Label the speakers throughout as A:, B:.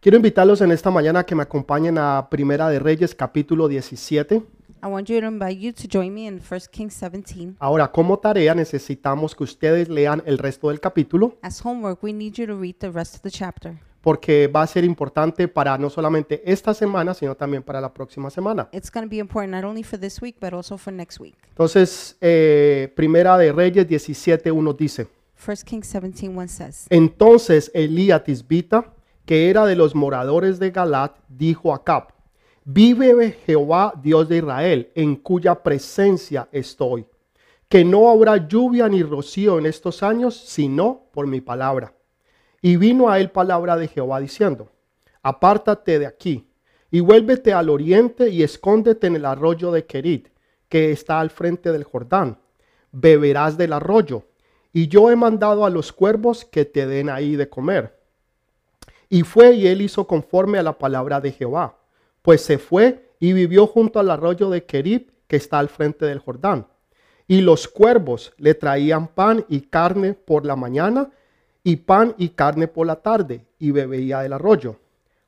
A: Quiero invitarlos en esta mañana a que me acompañen a Primera de Reyes, capítulo 17.
B: I want you to invite you to join me in 1 Kings 17.
A: Ahora, como tarea, necesitamos que ustedes lean el resto del capítulo
B: As homework, we need you to read the rest of the chapter.
A: porque va a ser importante para no solamente esta semana, sino también para la próxima semana.
B: It's going to be important not only for this week, but also for next week.
A: Entonces, eh, Primera de Reyes 17, uno dice,
B: 1 Kings 17 1 says,
A: Entonces Elías Tisbita, que era de los moradores de Galat, dijo a Acab, Vive Jehová, Dios de Israel, en cuya presencia estoy, que no habrá lluvia ni rocío en estos años, sino por mi palabra. Y vino a él palabra de Jehová diciendo, Apártate de aquí, y vuélvete al oriente y escóndete en el arroyo de Querit, que está al frente del Jordán. Beberás del arroyo, y yo he mandado a los cuervos que te den ahí de comer. Y fue y él hizo conforme a la palabra de Jehová, pues se fue y vivió junto al arroyo de Querib, que está al frente del Jordán. Y los cuervos le traían pan y carne por la mañana, y pan y carne por la tarde, y bebía del arroyo.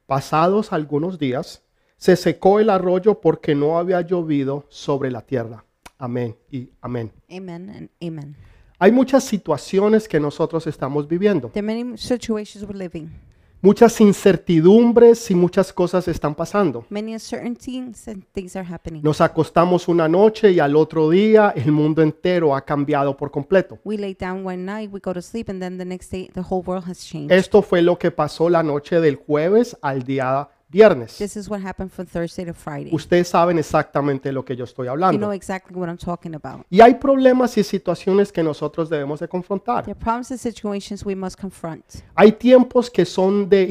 A: Pasados algunos días, se secó el arroyo porque no había llovido sobre la tierra. Amén y amén.
B: Amen and Amen.
A: Hay muchas situaciones que nosotros estamos viviendo,
B: There are many situations we're living,
A: muchas incertidumbres y muchas cosas están pasando.
B: many uncertainties and things are happening.
A: Nos acostamos una noche y al otro día el mundo entero ha cambiado por completo.
B: We lay down one night, we go to sleep, and then the next day, the whole world has changed.
A: Esto fue lo que pasó la noche del jueves al día viernes.
B: This is what happened from Thursday to Friday.
A: Ustedes saben exactamente lo que yo estoy
B: You know
A: hablando.
B: exactly what I'm talking about.
A: Y hay problemas y situaciones que nosotros debemos de confrontar.
B: There are problems and situations we must confront.
A: Hay tiempos que son de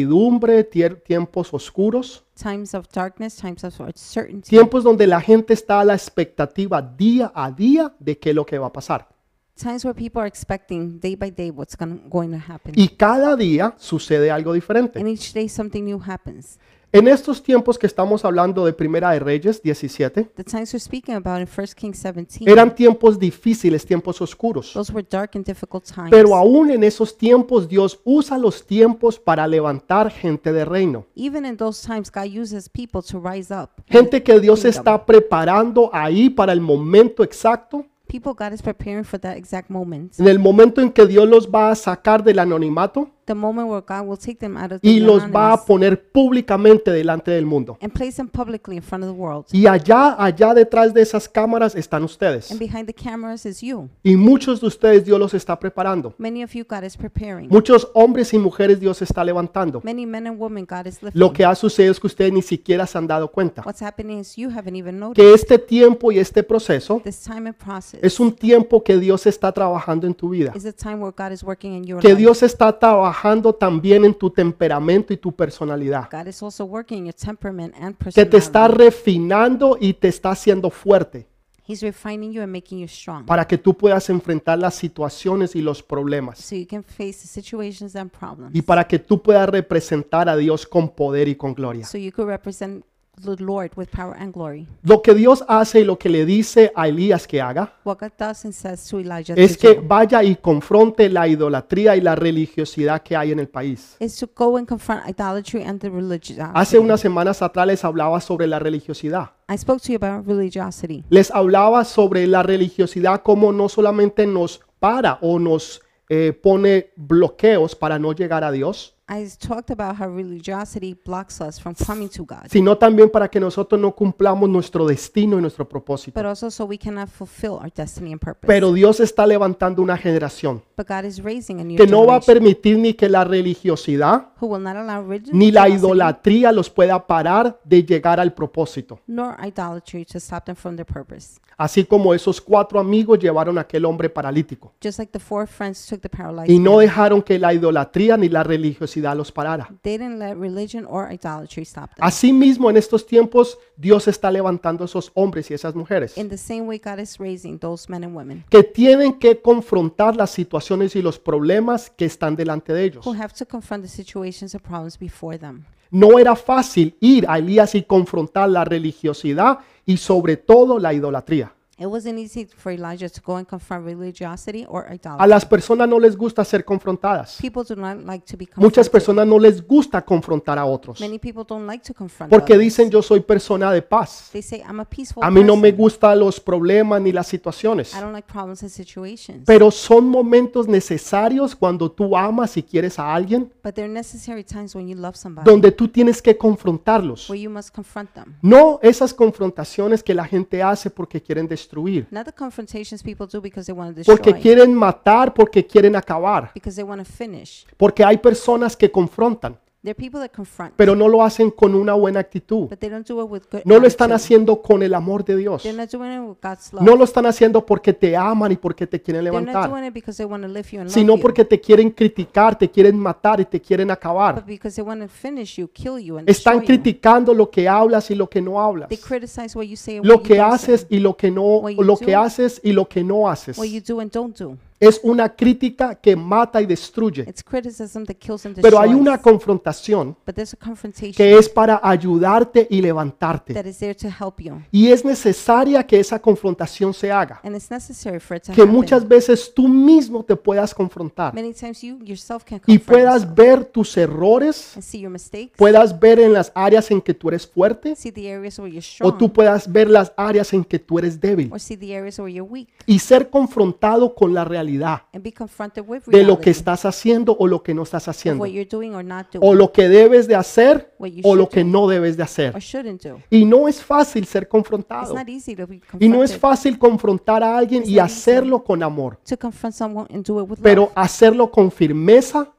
A: incertidumbre, tier- tiempos oscuros,
B: Times of darkness, times of uncertainty,
A: Tiempos donde la gente está a la expectativa día a día de qué es lo que va a pasar.
B: times where people are expecting day by day what's gonna, going to happen.
A: Y cada día sucede algo diferente.
B: And each day something new happens.
A: En estos tiempos que estamos hablando de Primera de Reyes 17,
B: The times we're speaking about in 1 Kings 17,
A: eran tiempos difíciles, tiempos oscuros.
B: those were dark and difficult times.
A: Pero aún en esos tiempos Dios usa los tiempos para levantar gente de reino.
B: Even in those times, God uses people to rise up.
A: Gente que Dios está preparando ahí para el momento exacto,
B: People God is preparing for that exact moment.
A: en el momento en que Dios los va a sacar del anonimato
B: The moment where God will take them out of
A: y
B: the
A: los va a
B: anonymous
A: poner públicamente delante del mundo.
B: and place them publicly in front of the world.
A: Y allá, allá detrás de esas cámaras están ustedes.
B: And behind the cameras is you.
A: Y muchos de ustedes Dios los está preparando.
B: Many of you God is preparing.
A: Muchos hombres y mujeres Dios está levantando.
B: Many men and women God is
A: Lo
B: lifting.
A: que ha sucedido es que ustedes ni siquiera se han dado cuenta.
B: What's happening is you haven't even noticed
A: Que este tiempo y este proceso
B: this time and process
A: es un tiempo que Dios está trabajando en tu vida.
B: is a time where God is working in your
A: Que
B: life.
A: Dios está trabajando también en tu temperamento y tu personalidad.
B: God is also working in your temperament and
A: Que te está
B: personality.
A: refinando y te está haciendo fuerte
B: He's refining you and making you strong
A: para que tú puedas enfrentar las situaciones y los problemas.
B: so you can face the situations and problems
A: y para que tú puedas representar a Dios con poder y con gloria.
B: so you could represent the Lord with power and glory.
A: Lo que Dios hace y lo que le dice a Elías que haga
B: What God does and says to Elijah to
A: es que
B: do
A: vaya y confronte la idolatría y la religiosidad que hay en el país.
B: is to go and confront idolatry and the religious. uh,
A: Hace unas semanas atrás les hablaba sobre la religiosidad.
B: I spoke to you about religiosity.
A: Les hablaba sobre la religiosidad como no solamente nos para o nos eh, pone bloqueos para no llegar a Dios,
B: I s- talked about how religiosity blocks us from coming to God,
A: sino también para que nosotros no cumplamos nuestro destino y nuestro propósito.
B: but also so we cannot fulfill our destiny and purpose.
A: Pero Dios está levantando una generación
B: but God is raising a new
A: que no va a
B: generation
A: permitir ni que la religiosidad
B: who will not allow religion
A: ni la idolatría los pueda parar de llegar al propósito.
B: nor idolatry to stop them from their purpose.
A: Así como esos cuatro amigos llevaron a aquel hombre paralítico
B: Just like the four friends took the paralyzed
A: y no
B: man.
A: dejaron que la idolatría ni la religiosidad los parara.
B: They didn't let religion or idolatry stop them.
A: Asimismo, en estos tiempos, Dios está levantando a esos hombres y esas mujeres
B: In the same way, God is raising those men and women
A: que tienen que confrontar las situaciones y los problemas que están delante de ellos.
B: who have to confront the situations and problems before them.
A: No era fácil ir a Elías y confrontar la religiosidad y sobre todo la idolatría.
B: It wasn't easy for Elijah to go and confront religiosity or
A: A
B: idolatry.
A: las personas no les gusta ser confrontadas.
B: People do not like to be
A: Muchas
B: confronted.
A: personas no les gusta confrontar a otros
B: Many people don't like to confront
A: porque
B: others.
A: dicen yo soy persona de paz.
B: They say, I'm a peaceful
A: A mí no me
B: person.
A: gustan los problemas ni las situaciones.
B: I don't like problems and situations.
A: Pero son momentos necesarios cuando tú amas y quieres a alguien
B: But there are necessary times when you love somebody
A: donde tú tienes que confrontarlos.
B: where you must confront them.
A: No esas confrontaciones que la gente hace porque quieren destruir,
B: Not the confrontations people do because they want to destroy,
A: porque quieren matar, porque quieren acabar,
B: because they want to finish.
A: porque hay personas que confrontan,
B: There are people that confront,
A: pero no lo hacen con una buena actitud.
B: but they don't do it with good
A: No lo están
B: attitude.
A: haciendo con el amor de Dios.
B: They're not doing it with God's love.
A: No lo están haciendo porque te aman y porque te quieren
B: They're not
A: levantar,
B: doing it because they want to lift you and
A: sino
B: love you,
A: porque te quieren criticar, te quieren matar y te quieren acabar.
B: but because they want to finish you, kill you, and
A: Están
B: destroy you.
A: criticando lo que hablas y lo que no hablas.
B: They criticize what you say and
A: Lo
B: what you
A: que
B: don't
A: haces y
B: say,
A: lo que no
B: What you
A: lo que
B: do.
A: haces y lo que no haces.
B: what you do and don't do.
A: Es una crítica que mata y destruye.
B: It's criticism that kills and destroys.
A: Pero hay una confrontación
B: but there's a confrontation
A: que es para ayudarte y levantarte.
B: that is there to help you,
A: Y es necesaria que esa confrontación se haga.
B: and it's necessary for it to
A: Que
B: happen.
A: muchas veces tú mismo te puedas confrontar
B: Many times you yourself can
A: y
B: confront
A: puedas
B: yourself
A: ver tus errores,
B: and see your mistakes,
A: puedas ver en las áreas en que tú eres fuerte
B: see the areas where you're strong,
A: o tú puedas ver las áreas en que tú eres débil
B: or see the areas where you're weak,
A: y ser confrontado con la realidad
B: and be confronted with
A: de lo
B: reality
A: que estás haciendo o lo que no estás
B: of
A: haciendo
B: what you're doing or not doing,
A: o lo que debes de hacer
B: What you
A: o lo
B: should
A: que no debes de
B: or
A: hacer.
B: shouldn't do.
A: Y no es fácil ser
B: It's
A: confrontado.
B: not easy to be confronted.
A: Y no es fácil confrontar a alguien y hacerlo con amor,
B: to confront someone and do it with
A: pero
B: love,
A: hacerlo con firmeza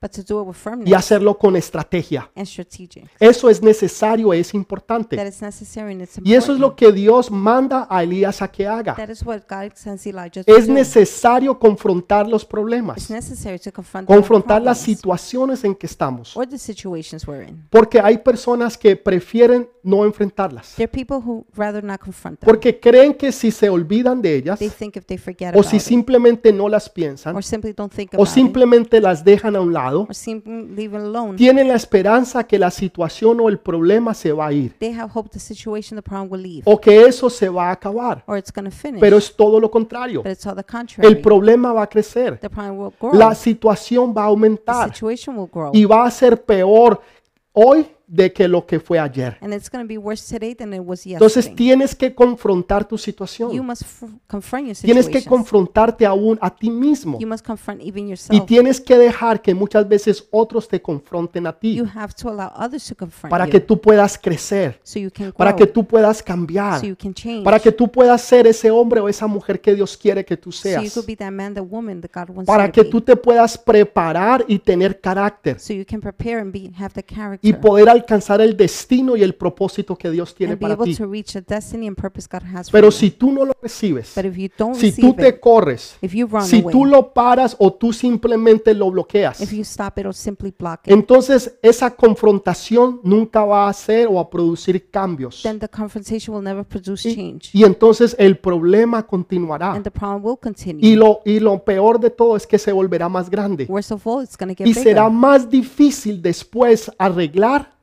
B: but to do it with
A: y
B: firmness
A: hacerlo con estrategia.
B: and strategic.
A: Eso es necesario, es
B: That
A: importante.
B: is necessary and it's
A: Y
B: important.
A: eso es lo que Dios manda a Elías a que haga.
B: that is what God sends Elijah to
A: Es
B: do.
A: necesario confrontar los
B: It's
A: problemas,
B: necessary to confront, our
A: confrontar las
B: problems
A: situaciones en que estamos,
B: or the situations we're in.
A: porque hay personas que prefieren no enfrentarlas.
B: There are people who rather not confront them.
A: Porque creen que si se olvidan de ellas,
B: They think if they forget
A: o
B: about
A: si
B: it,
A: simplemente no las piensan,
B: or simply don't think
A: o
B: about it,
A: simplemente las dejan a un lado,
B: or simply leave it alone,
A: tienen la esperanza que la situación o el problema se va a ir,
B: they have hope the situation, the problem will leave,
A: o que eso se va a acabar.
B: or it's going to finish.
A: Pero es todo lo contrario.
B: but it's all the contrary.
A: El problema va a crecer,
B: the problem will grow.
A: la situación va a
B: the
A: aumentar
B: situation will grow.
A: y va a ser peor hoy de que lo que fue ayer.
B: and it's going to be worse today than it was yesterday.
A: Entonces tienes que confrontar tu
B: You
A: situación.
B: must f- confront your
A: Tienes que
B: situation.
A: confrontarte aún a ti mismo.
B: You must confront even
A: Y
B: yourself.
A: tienes que dejar que muchas veces otros te confronten a ti
B: You have to allow others to confront
A: para que
B: you
A: tú puedas crecer,
B: so you can grow,
A: para que tú puedas cambiar,
B: so you can change,
A: para que tú puedas ser ese hombre o esa mujer que Dios quiere que tú
B: so you
A: seas,
B: could be that man, the woman that God wants
A: para
B: you
A: que
B: to
A: tú
B: be,
A: te puedas preparar y tener carácter
B: so you can prepare and be have the character
A: y poder alcanzar el destino y el propósito que Dios tiene
B: and be
A: para
B: able
A: ti.
B: to reach the destiny and purpose God has for
A: Pero
B: you.
A: si tú no lo recibes,
B: But if you don't
A: si tú
B: receive
A: te
B: it,
A: corres,
B: if you run
A: si
B: away,
A: tú lo paras o tú simplemente lo bloqueas,
B: if you stop it or simply block it,
A: entonces esa confrontación nunca va a hacer o a producir cambios.
B: then the confrontation will never produce change,
A: Y entonces el problema continuará.
B: and the problem will continue.
A: Y lo, y lo peor de todo es que se volverá más grande.
B: Worst of all, it's going to get
A: Y será
B: bigger,
A: más difícil después arreglar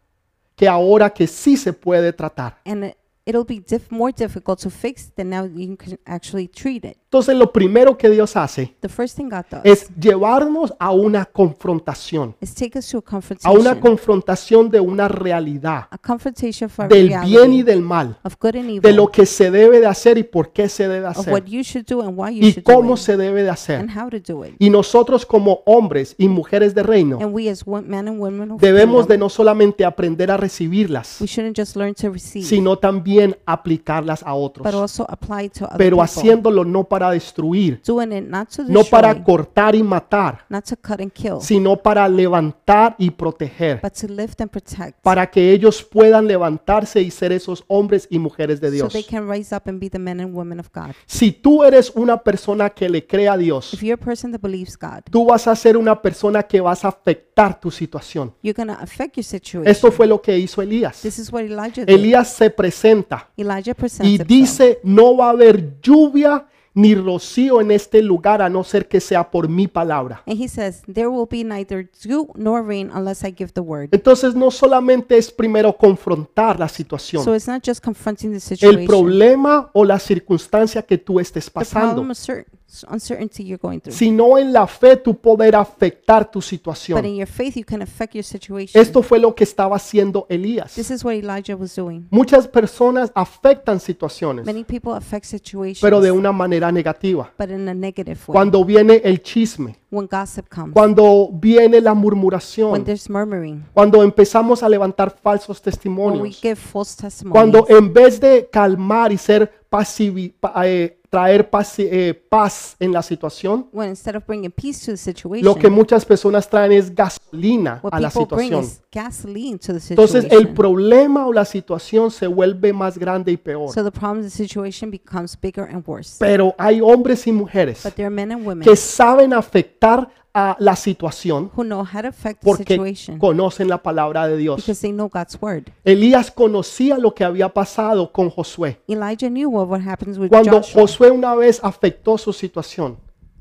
A: que ahora que sí se puede tratar.
B: and it, it'll be diff- more difficult to fix than now you can actually treat it.
A: Entonces lo primero que Dios hace
B: The first thing God does
A: es llevarnos a una confrontación,
B: is take us to a
A: a
B: confrontation,
A: una confrontación de una realidad,
B: a confrontation for
A: del bien y
B: reality,
A: del mal,
B: of good and evil,
A: de lo que se debe de hacer y por qué se debe
B: of
A: hacer
B: what you should do and why you
A: y
B: should do
A: cómo
B: it,
A: se debe de hacer.
B: and how to do it.
A: Y nosotros como hombres y mujeres de reino
B: And we as one, men and women of
A: debemos de
B: freedom,
A: no solamente aprender a recibirlas,
B: we shouldn't just learn to receive,
A: sino también aplicarlas a
B: but
A: otros.
B: also apply it to other
A: Pero
B: people.
A: haciéndolo no para destruir,
B: Doing it not to
A: no
B: destroy,
A: para cortar y matar,
B: not to cut and kill,
A: sino para levantar y proteger,
B: but to lift and protect,
A: para que ellos puedan levantarse y ser esos hombres y mujeres de
B: so
A: Dios.
B: they can rise up and be the men and women of God.
A: Si tú eres una persona que le cree a Dios,
B: If you're a person that believes God,
A: tú vas a ser una persona que vas a afectar tu situación.
B: you're going to affect your situation.
A: Esto fue lo que hizo Elías.
B: this is what Elijah did.
A: Elías se presenta
B: Elijah presents
A: y
B: himself.
A: dice, no va a haber lluvia ni rocío en este lugar a no ser que sea por mi palabra.
B: And he says, There will be neither dew nor rain unless I give the word.
A: Entonces no solamente es primero confrontar la situación,
B: So it's not just confronting the
A: el
B: situation,
A: problema o la circunstancia que tú estés
B: the
A: pasando,
B: problem, of cer- uncertainty you're going through.
A: sino en la fe tú poder afectar tu
B: But
A: situación.
B: in your faith, you can affect your situation.
A: Esto fue lo que estaba haciendo Elías.
B: This is what Elijah was doing.
A: Muchas personas afectan situaciones,
B: Many people affect
A: pero de
B: situations,
A: una manera negativa.
B: but in a negative way.
A: Cuando viene el chisme,
B: When gossip comes,
A: cuando viene la
B: when
A: murmuración,
B: there's murmuring,
A: cuando empezamos a levantar falsos
B: when we
A: testimonios,
B: give false
A: cuando
B: testimonies,
A: en vez de calmar y ser pasivi- pa- eh, traer pasi- eh, paz en la situación,
B: when instead of bringing peace to the
A: lo que
B: situation,
A: muchas personas traen es gasolina
B: what
A: a la
B: people bring
A: situación.
B: is gasoline to the
A: Entonces el
B: situation.
A: problema o la situación se vuelve más grande y peor.
B: So the problem, the situation becomes bigger and worse.
A: Pero hay hombres y mujeres
B: But there are men and women
A: que saben afectar a la situación
B: who know how to affect the
A: porque
B: situation
A: conocen la palabra de Dios.
B: because they know God's word.
A: Elías conocía lo que había pasado con Josué.
B: Elijah knew what, what happens with
A: Cuando
B: Joshua.
A: Josué una vez afectó su situación,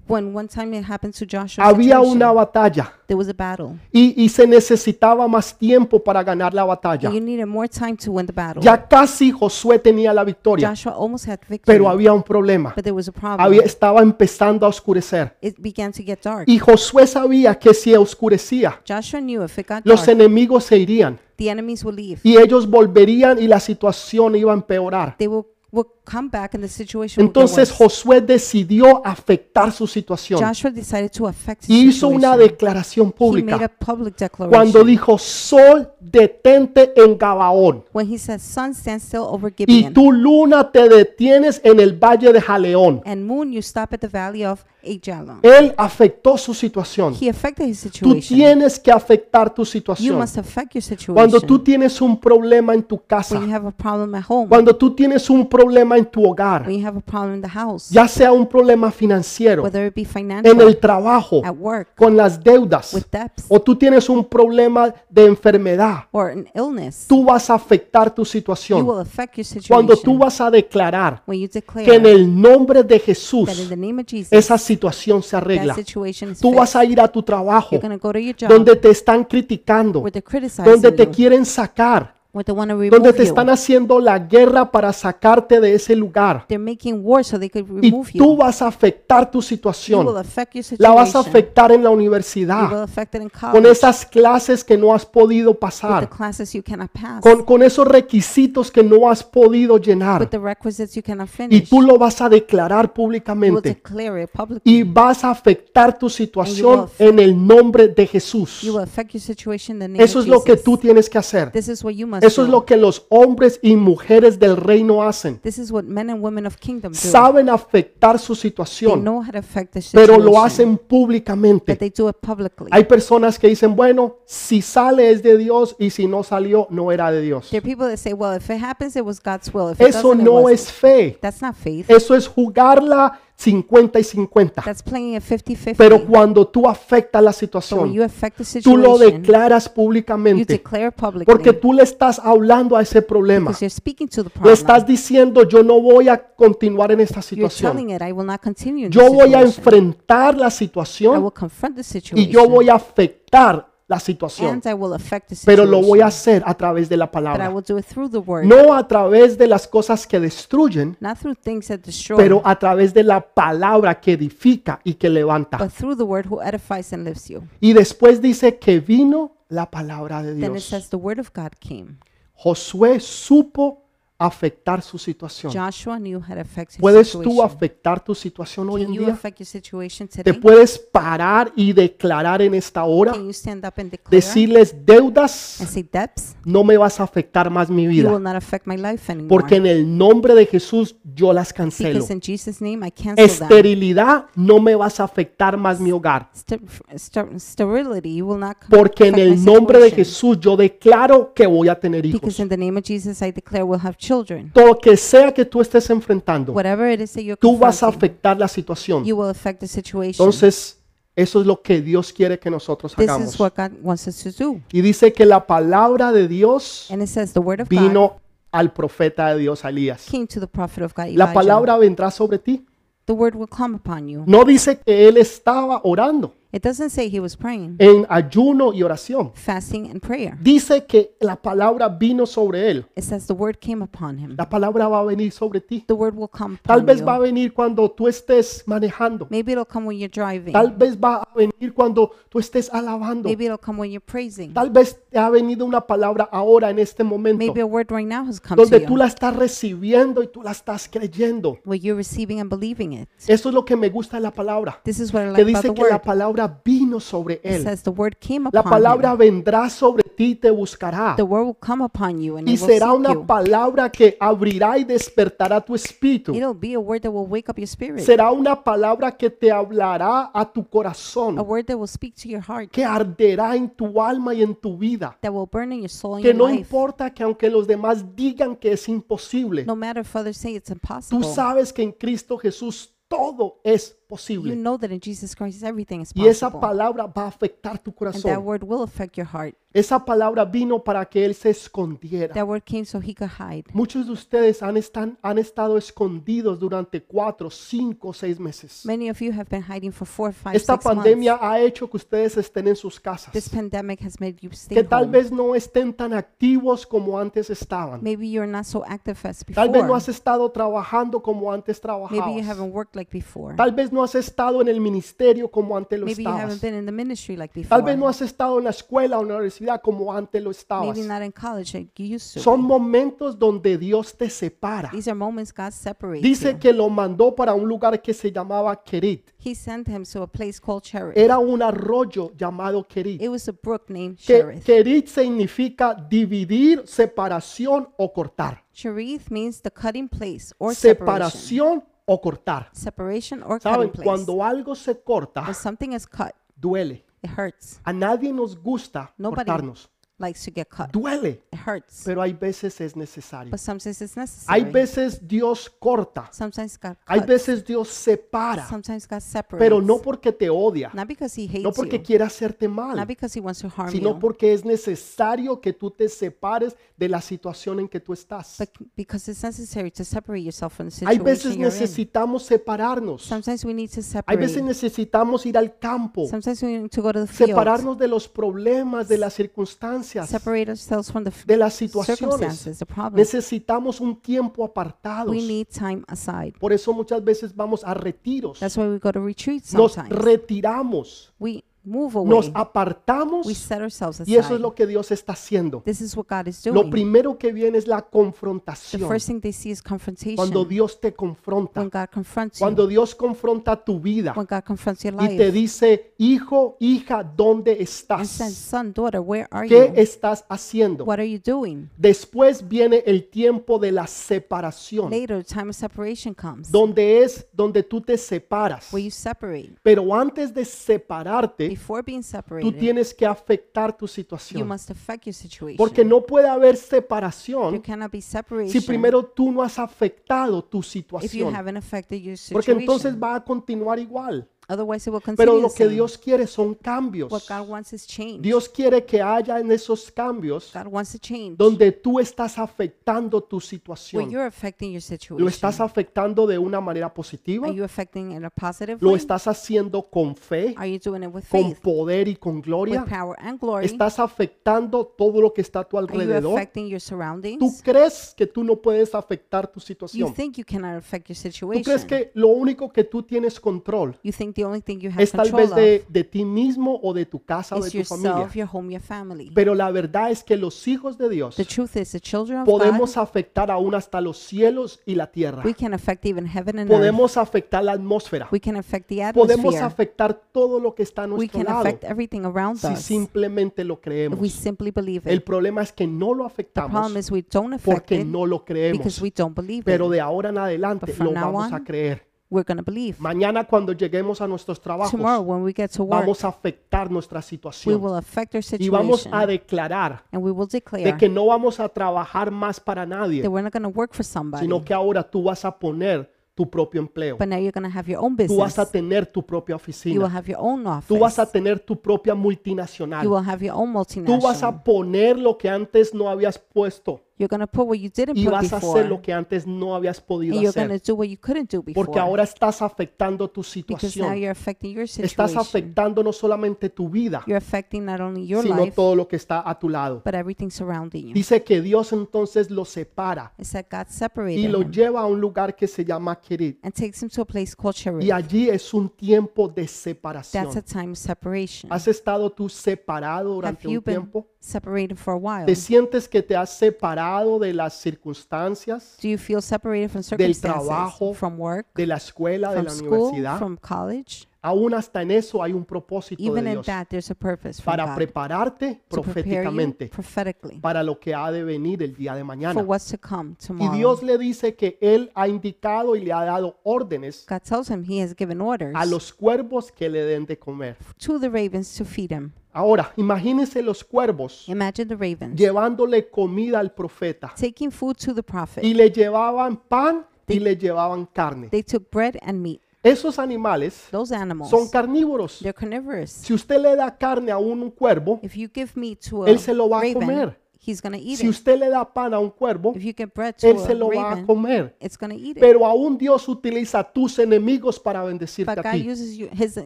B: When one time it happened to Joshua,
A: había una batalla
B: there was a battle.
A: y, y se necesitaba más tiempo para ganar la batalla.
B: You needed more time to win the battle.
A: Ya casi Josué tenía la victoria,
B: Joshua almost had victory,
A: pero había un problema.
B: but there was a problem.
A: Había, estaba empezando a oscurecer.
B: it began to get dark.
A: Y Josué sabía que si oscurecía,
B: Joshua knew if it got
A: los
B: dark,
A: enemigos se irían
B: the enemies would leave.
A: y ellos volverían y la situación iba a empeorar.
B: They will, will come back and the situation would get
A: Entonces
B: worse.
A: Josué decidió afectar su situación
B: Joshua decided to affect the
A: y hizo una
B: situation.
A: declaración
B: He made a
A: pública
B: public declaration
A: cuando dijo, Sol, detente en Gabaón
B: when he said, Sun, stand still over
A: y
B: Gibeon.
A: tu luna te detienes en el valle de Jaleón.
B: and moon you stop at the valley of Ajalon.
A: Él afectó su situación.
B: He affected his
A: Eh, Tú
B: situation.
A: tienes que afectar tu
B: You
A: situación.
B: must affect your situation.
A: Cuando tú tienes un problema en tu casa,
B: when you have a problem at home,
A: cuando tú tienes un problema en tu hogar,
B: when you have a problem in the house,
A: ya sea un problema financiero,
B: whether it be
A: en
B: financial,
A: el trabajo,
B: at work,
A: con las deudas,
B: with debts,
A: o tú tienes un problema de enfermedad,
B: or an illness,
A: tú vas a afectar tu
B: you
A: situación.
B: will affect your situation.
A: Cuando tú vas a declarar
B: when you declare
A: que en el nombre de
B: that in
A: Jesús
B: the name of Jesus,
A: esa situación se
B: that
A: arregla,
B: situation is
A: tú vas
B: fixed.
A: a ir a tu trabajo
B: You're going to go to your job
A: donde te están criticando,
B: where they're criticizing
A: donde te
B: you,
A: quieren sacar,
B: where they want to remove
A: donde te
B: you.
A: están haciendo la guerra para sacarte de ese lugar.
B: They're making war so they could
A: Y
B: remove
A: tú
B: you.
A: vas a afectar tu
B: You will
A: situación.
B: affect your
A: La vas a
B: situation.
A: afectar en la
B: You
A: universidad,
B: will affect it in
A: con
B: college.
A: esas clases que no has podido
B: with the
A: pasar,
B: classes you cannot pass,
A: con, con esos requisitos que no has podido
B: with
A: llenar.
B: the requisites you
A: Y
B: cannot finish.
A: tú lo vas a declarar
B: you will
A: públicamente.
B: declare it publicly.
A: Y vas a afectar tu situación
B: affect-
A: en el nombre de
B: You
A: Jesús.
B: will affect your situation in the name
A: Eso
B: of
A: es lo que
B: Jesus.
A: tú tienes que hacer.
B: this is what you must
A: Eso
B: do.
A: es lo que los hombres y mujeres del reino hacen.
B: this is what men and women of kingdom do.
A: Saben afectar su
B: they
A: situación,
B: know how to affect the
A: pero
B: situation,
A: lo hacen públicamente.
B: but they do it publicly.
A: Hay personas que dicen, bueno, si sale es de Dios y si no salió no era de Dios.
B: there are people that say, well, if it happens, it was God's will. If it
A: Eso
B: doesn't, it
A: no
B: wasn't.
A: es fe.
B: That's not faith.
A: Eso es jugarla 50 y 50.
B: That's playing a 50-50.
A: Ah. Pero cuando tú afectas la
B: but when
A: situación,
B: you affect the
A: tú lo
B: situation,
A: declaras
B: you
A: públicamente.
B: declare publicly
A: Porque tú le estás hablando a ese problema.
B: because you're speaking to the
A: Le
B: problem.
A: estás diciendo, yo no voy a continuar en esta
B: you're
A: situación.
B: telling it, I will not continue in
A: Yo
B: this
A: voy a
B: situation.
A: enfrentar la
B: I
A: situación
B: will confront the
A: y
B: situation.
A: yo voy a afectar la situación.
B: and I will affect the
A: Pero
B: situation.
A: lo voy a hacer a través de la
B: but I
A: palabra.
B: will do it through the word,
A: no a través de las cosas que destruyen,
B: not through things that destroy,
A: pero a través de la palabra que edifica y que levanta.
B: but through the word who edifies and lifts you.
A: Y después dice que vino la palabra de
B: Then it
A: Dios.
B: says the word of God came.
A: Josué supo afectar su situación.
B: Joshua knew how to affect his
A: ¿Puedes tú
B: situation.
A: afectar tu situación hoy en
B: Can you
A: día?
B: affect your situation
A: ¿Te
B: today?
A: puedes parar y declarar en esta hora?
B: Can you stand up and declare
A: Decirles
B: and
A: deudas,
B: say, debts,
A: no me vas a afectar más mi
B: you will
A: vida,
B: not affect my life anymore.
A: porque en el nombre de Jesús yo las cancelo.
B: because in Jesus' name I cancel that.
A: Esterilidad, no me vas a afectar más mi hogar.
B: Ster- ster- sterility, you will not
A: Porque en
B: affect
A: el
B: my
A: nombre de
B: situation.
A: Jesús yo declaro que voy a tener
B: Because
A: hijos.
B: in the name of Jesus, I declare we'll have children.
A: Todo que sea que tú estés enfrentando,
B: Whatever it is that you're
A: tú vas a
B: confronting,
A: afectar la situación.
B: you will affect the situation.
A: Entonces, eso es lo que Dios quiere que nosotros
B: this
A: hagamos.
B: is what God wants us to do.
A: Y dice que la palabra de Dios
B: And it says the word of God
A: vino al profeta de Dios, a Elías.
B: came to the prophet of God.
A: La
B: Elijah.
A: palabra vendrá sobre ti.
B: the word will come upon you.
A: No dice que él estaba orando
B: It doesn't say he was praying,
A: en ayuno y oración.
B: fasting, and prayer.
A: Dice que la palabra vino sobre él.
B: It says the word came upon him.
A: La palabra va a venir sobre ti.
B: The word will come
A: Tal
B: upon
A: vez va a
B: you.
A: venir cuando tú estés manejando.
B: Maybe it'll come when you're driving.
A: Tal vez va a venir cuando tú estés alabando.
B: Maybe it'll come when you're praising.
A: Tal vez te ha venido una palabra ahora en este momento
B: Maybe a word right now has come
A: donde
B: to
A: tú
B: you.
A: la estás recibiendo y tú la estás creyendo.
B: Well, you're receiving and believing it.
A: Eso es lo que me gusta de la palabra.
B: This is what I
A: Que
B: like about
A: dice
B: the
A: que la
B: word.
A: palabra vino sobre
B: It
A: él.
B: says the word came
A: La
B: upon
A: palabra
B: him.
A: vendrá sobre ti y te buscará.
B: The word will come upon you and
A: Y
B: it will
A: será
B: seek
A: una
B: you.
A: palabra que abrirá y despertará tu espíritu.
B: It'll be a word that will wake up your spirit.
A: Será una palabra que te hablará a tu
B: A
A: corazón,
B: word that will speak to your heart.
A: que arderá en tu alma y en tu vida.
B: That will burn in your soul and
A: Que
B: your
A: no
B: life.
A: importa que aunque los demás digan que es imposible,
B: No matter if others say it's
A: tú
B: impossible.
A: sabes que en Cristo Jesús todo es
B: You
A: posible.
B: know that in Jesus Christ everything is
A: Y esa
B: possible.
A: palabra va a afectar tu
B: And that
A: corazón.
B: word will affect your heart.
A: Esa palabra vino para que Él se escondiera.
B: That word came so he could hide.
A: Muchos de ustedes han, están- han estado escondidos durante cuatro, cinco, seis meses.
B: Many of you have been hiding for four, five,
A: Esta
B: six months.
A: pandemia ha hecho que ustedes estén en sus casas,
B: This pandemic has made you stay
A: que tal
B: home.
A: vez no estén tan activos como antes estaban.
B: Maybe you're not so active as
A: Tal vez no
B: before.
A: has estado trabajando como antes
B: Maybe you
A: trabajabas.
B: haven't worked like before.
A: Tal vez no has estado en el ministerio como antes lo
B: Maybe you haven't
A: estabas.
B: been in the ministry like before.
A: Tal vez no has estado en la escuela o en la universidad como antes lo estabas.
B: Maybe not in college like you used to.
A: Son momentos donde Dios te separa.
B: These are moments God separates.
A: Dice
B: you.
A: que lo mandó para un lugar que se llamaba Kerit.
B: He sent him to a place called Cherith.
A: Era un arroyo llamado Kerit.
B: It was a brook named
A: Que,
B: Cherith.
A: Kerit significa dividir, separación o cortar.
B: Cherith means the cutting place or separation.
A: Separación o cortar.
B: Separation or
A: Saben,
B: cutting place.
A: cuando algo se corta,
B: When something is cut,
A: duele.
B: it hurts.
A: A nadie nos gusta
B: Nobody-
A: cortarnos.
B: Likes to get cut. Pues,
A: Duele,
B: It hurts.
A: pero hay veces es necesario.
B: But sometimes it's
A: Hay
B: necessary.
A: veces Dios corta.
B: Sometimes God
A: Hay
B: cuts.
A: veces Dios separa,
B: Sometimes God separates.
A: pero no porque te odia,
B: not because he hates
A: no porque
B: you.
A: quiera hacerte
B: Not
A: mal,
B: because he wants to harm
A: sino
B: you.
A: porque es necesario que tú te separes de la situación en que tú estás.
B: But c- because it's necessary to separate yourself from the
A: Hay
B: situation
A: veces
B: you're in.
A: necesitamos separarnos.
B: Sometimes we need to
A: Hay
B: separate.
A: veces necesitamos ir al campo,
B: Sometimes we need to go to the field.
A: separarnos de los problemas, de las circunstancias,
B: Separate ourselves from the f-
A: de las situaciones.
B: circumstances, the problems.
A: Necesitamos un tiempo apartados.
B: We need time aside.
A: Por eso muchas veces vamos a retiros,
B: That's why we go to retreat
A: nos
B: sometimes.
A: retiramos,
B: we move away.
A: nos
B: we
A: apartamos
B: set ourselves aside.
A: y eso es lo que Dios está haciendo.
B: this is what God is
A: Lo
B: doing.
A: primero que viene es la
B: the
A: confrontación.
B: first thing they see is confrontation.
A: Cuando Dios te
B: when
A: confronta,
B: God confronts you.
A: cuando Dios confronta tu vida
B: When God confronts your
A: y
B: life.
A: te dice, hijo, hija, ¿dónde
B: and says,
A: estás?
B: son, daughter, where are
A: ¿Qué
B: you?
A: estás haciendo?
B: What are you doing?
A: Después viene el tiempo de la separación,
B: Later, time of separation comes.
A: donde es donde tú te separas.
B: where you separate.
A: Pero antes de separarte,
B: Before being
A: tú
B: separated,
A: tienes que afectar tu
B: you
A: situación.
B: must affect your situation.
A: Porque no puede haber
B: you
A: separación
B: cannot be separated
A: si primero tú no has afectado tu
B: if you
A: situación.
B: haven't affected your
A: Porque
B: situation.
A: entonces va a continuar igual.
B: Otherwise, it will continue.
A: Pero
B: the
A: lo que
B: same.
A: Dios quiere son cambios.
B: what God wants is change.
A: Dios quiere que haya en esos cambios
B: God wants to change.
A: donde tú estás afectando tu
B: where
A: situación.
B: you're affecting your situation.
A: Lo estás afectando de una manera positiva.
B: are you affecting it in a positive
A: Lo
B: way?
A: estás haciendo con fe,
B: Are you doing it with
A: con
B: faith,
A: poder y con gloria.
B: with power and glory?
A: Estás afectando todo lo que está a tu
B: are you
A: alrededor.
B: affecting your
A: Tú
B: surroundings?
A: crees que tú no puedes afectar tu
B: You
A: situación.
B: think you cannot affect your
A: Tú
B: situation.
A: crees que lo único que tú tienes control
B: you think the only thing you have
A: es tal vez
B: control
A: de, de ti mismo o de tu casa o
B: of
A: de
B: is
A: tu familia.
B: yourself, your home, your family.
A: Pero la verdad es que los hijos de Dios
B: The truth is, the children of
A: podemos
B: God,
A: afectar aún hasta los cielos y la tierra.
B: we can affect even heaven and earth.
A: Podemos afectar la atmósfera.
B: We can affect the
A: Podemos
B: atmosphere.
A: afectar todo lo que está a
B: We
A: nuestro
B: can
A: lado
B: affect everything around
A: si
B: us if
A: simplemente lo
B: we
A: creemos.
B: simply believe
A: El
B: it.
A: problema es que no lo
B: The problem
A: afectamos
B: is we don't affect
A: porque
B: it
A: no lo
B: because
A: creemos.
B: we don't believe
A: Pero
B: it.
A: de ahora en adelante
B: But from
A: lo
B: now
A: vamos a
B: on,
A: creer.
B: We're going to believe.
A: Mañana cuando lleguemos a nuestros
B: Tomorrow,
A: trabajos
B: when we get to work,
A: vamos a afectar nuestra
B: we
A: situación
B: will affect our
A: y vamos a
B: situation
A: declarar
B: and we will
A: de
B: declare
A: que no vamos a trabajar más para nadie,
B: that we're not going to work for somebody,
A: sino que ahora tú vas a poner tu propio empleo.
B: but now you're going to have your own
A: Tú vas
B: business.
A: a tener tu propia
B: You will
A: oficina.
B: have your own
A: Tú vas a
B: office.
A: tener tu propia
B: You
A: multinacional.
B: will have your own
A: Tú vas
B: multinational.
A: a poner lo que antes no habías puesto.
B: You're going to put what you didn't
A: y
B: put
A: vas a hacer lo
B: before.
A: que antes no habías
B: And
A: podido
B: you're going to
A: hacer.
B: do what you couldn't do before.
A: Porque ahora estás afectando tu
B: because now
A: situación.
B: you're affecting your
A: Estás
B: situation.
A: afectando no solamente tu vida,
B: You're affecting not only your
A: sino
B: life,
A: todo lo que está a tu lado.
B: but everything surrounding you.
A: Dice que Dios entonces lo separa
B: It's that God
A: y
B: separated
A: lo
B: him
A: lleva a un lugar que se llama Kerit.
B: and takes him to a place called
A: Y
B: Cherith.
A: allí es un tiempo de
B: That's a
A: separación.
B: time of separation.
A: ¿Has estado tú separado
B: Have
A: durante
B: you
A: un
B: been
A: tiempo?
B: separated for a while?
A: ¿Te sientes que te has separado de las circunstancias,
B: Do you feel separated from
A: Del
B: circumstances?
A: trabajo,
B: from work,
A: de la escuela, de
B: from
A: la
B: school,
A: universidad?
B: from college?
A: Aún hasta en eso hay un propósito de
B: Even in
A: Dios
B: that, there's a purpose from
A: para
B: God
A: prepararte
B: to prepare you
A: proféticamente
B: prophetically
A: para lo que ha de venir el día de
B: for
A: mañana.
B: what's to come
A: Y
B: tomorrow.
A: Dios le dice que Él ha indicado y le ha dado órdenes
B: God tells him he has given orders
A: a los cuervos que le den de comer.
B: to the ravens to feed him.
A: Ahora, imagínense los cuervos
B: Imagine the ravens
A: llevándole comida al profeta
B: taking food to the prophet.
A: y le llevaban pan y le llevaban carne.
B: They took bread and meat.
A: Esos animales
B: Those animals,
A: son carnívoros.
B: they're carnivorous.
A: Si usted le da carne a un cuervo,
B: If you give meat to a
A: Él se lo va a
B: raven,
A: comer.
B: he's going to eat
A: si
B: it.
A: usted le da pan a un cuervo,
B: If you give bread to
A: Él
B: a
A: se lo va a
B: raven,
A: comer.
B: it's going to eat it.
A: Pero aún Dios utiliza a tus enemigos para bendecirte
B: But
A: a
B: God
A: ti.
B: uses you, his,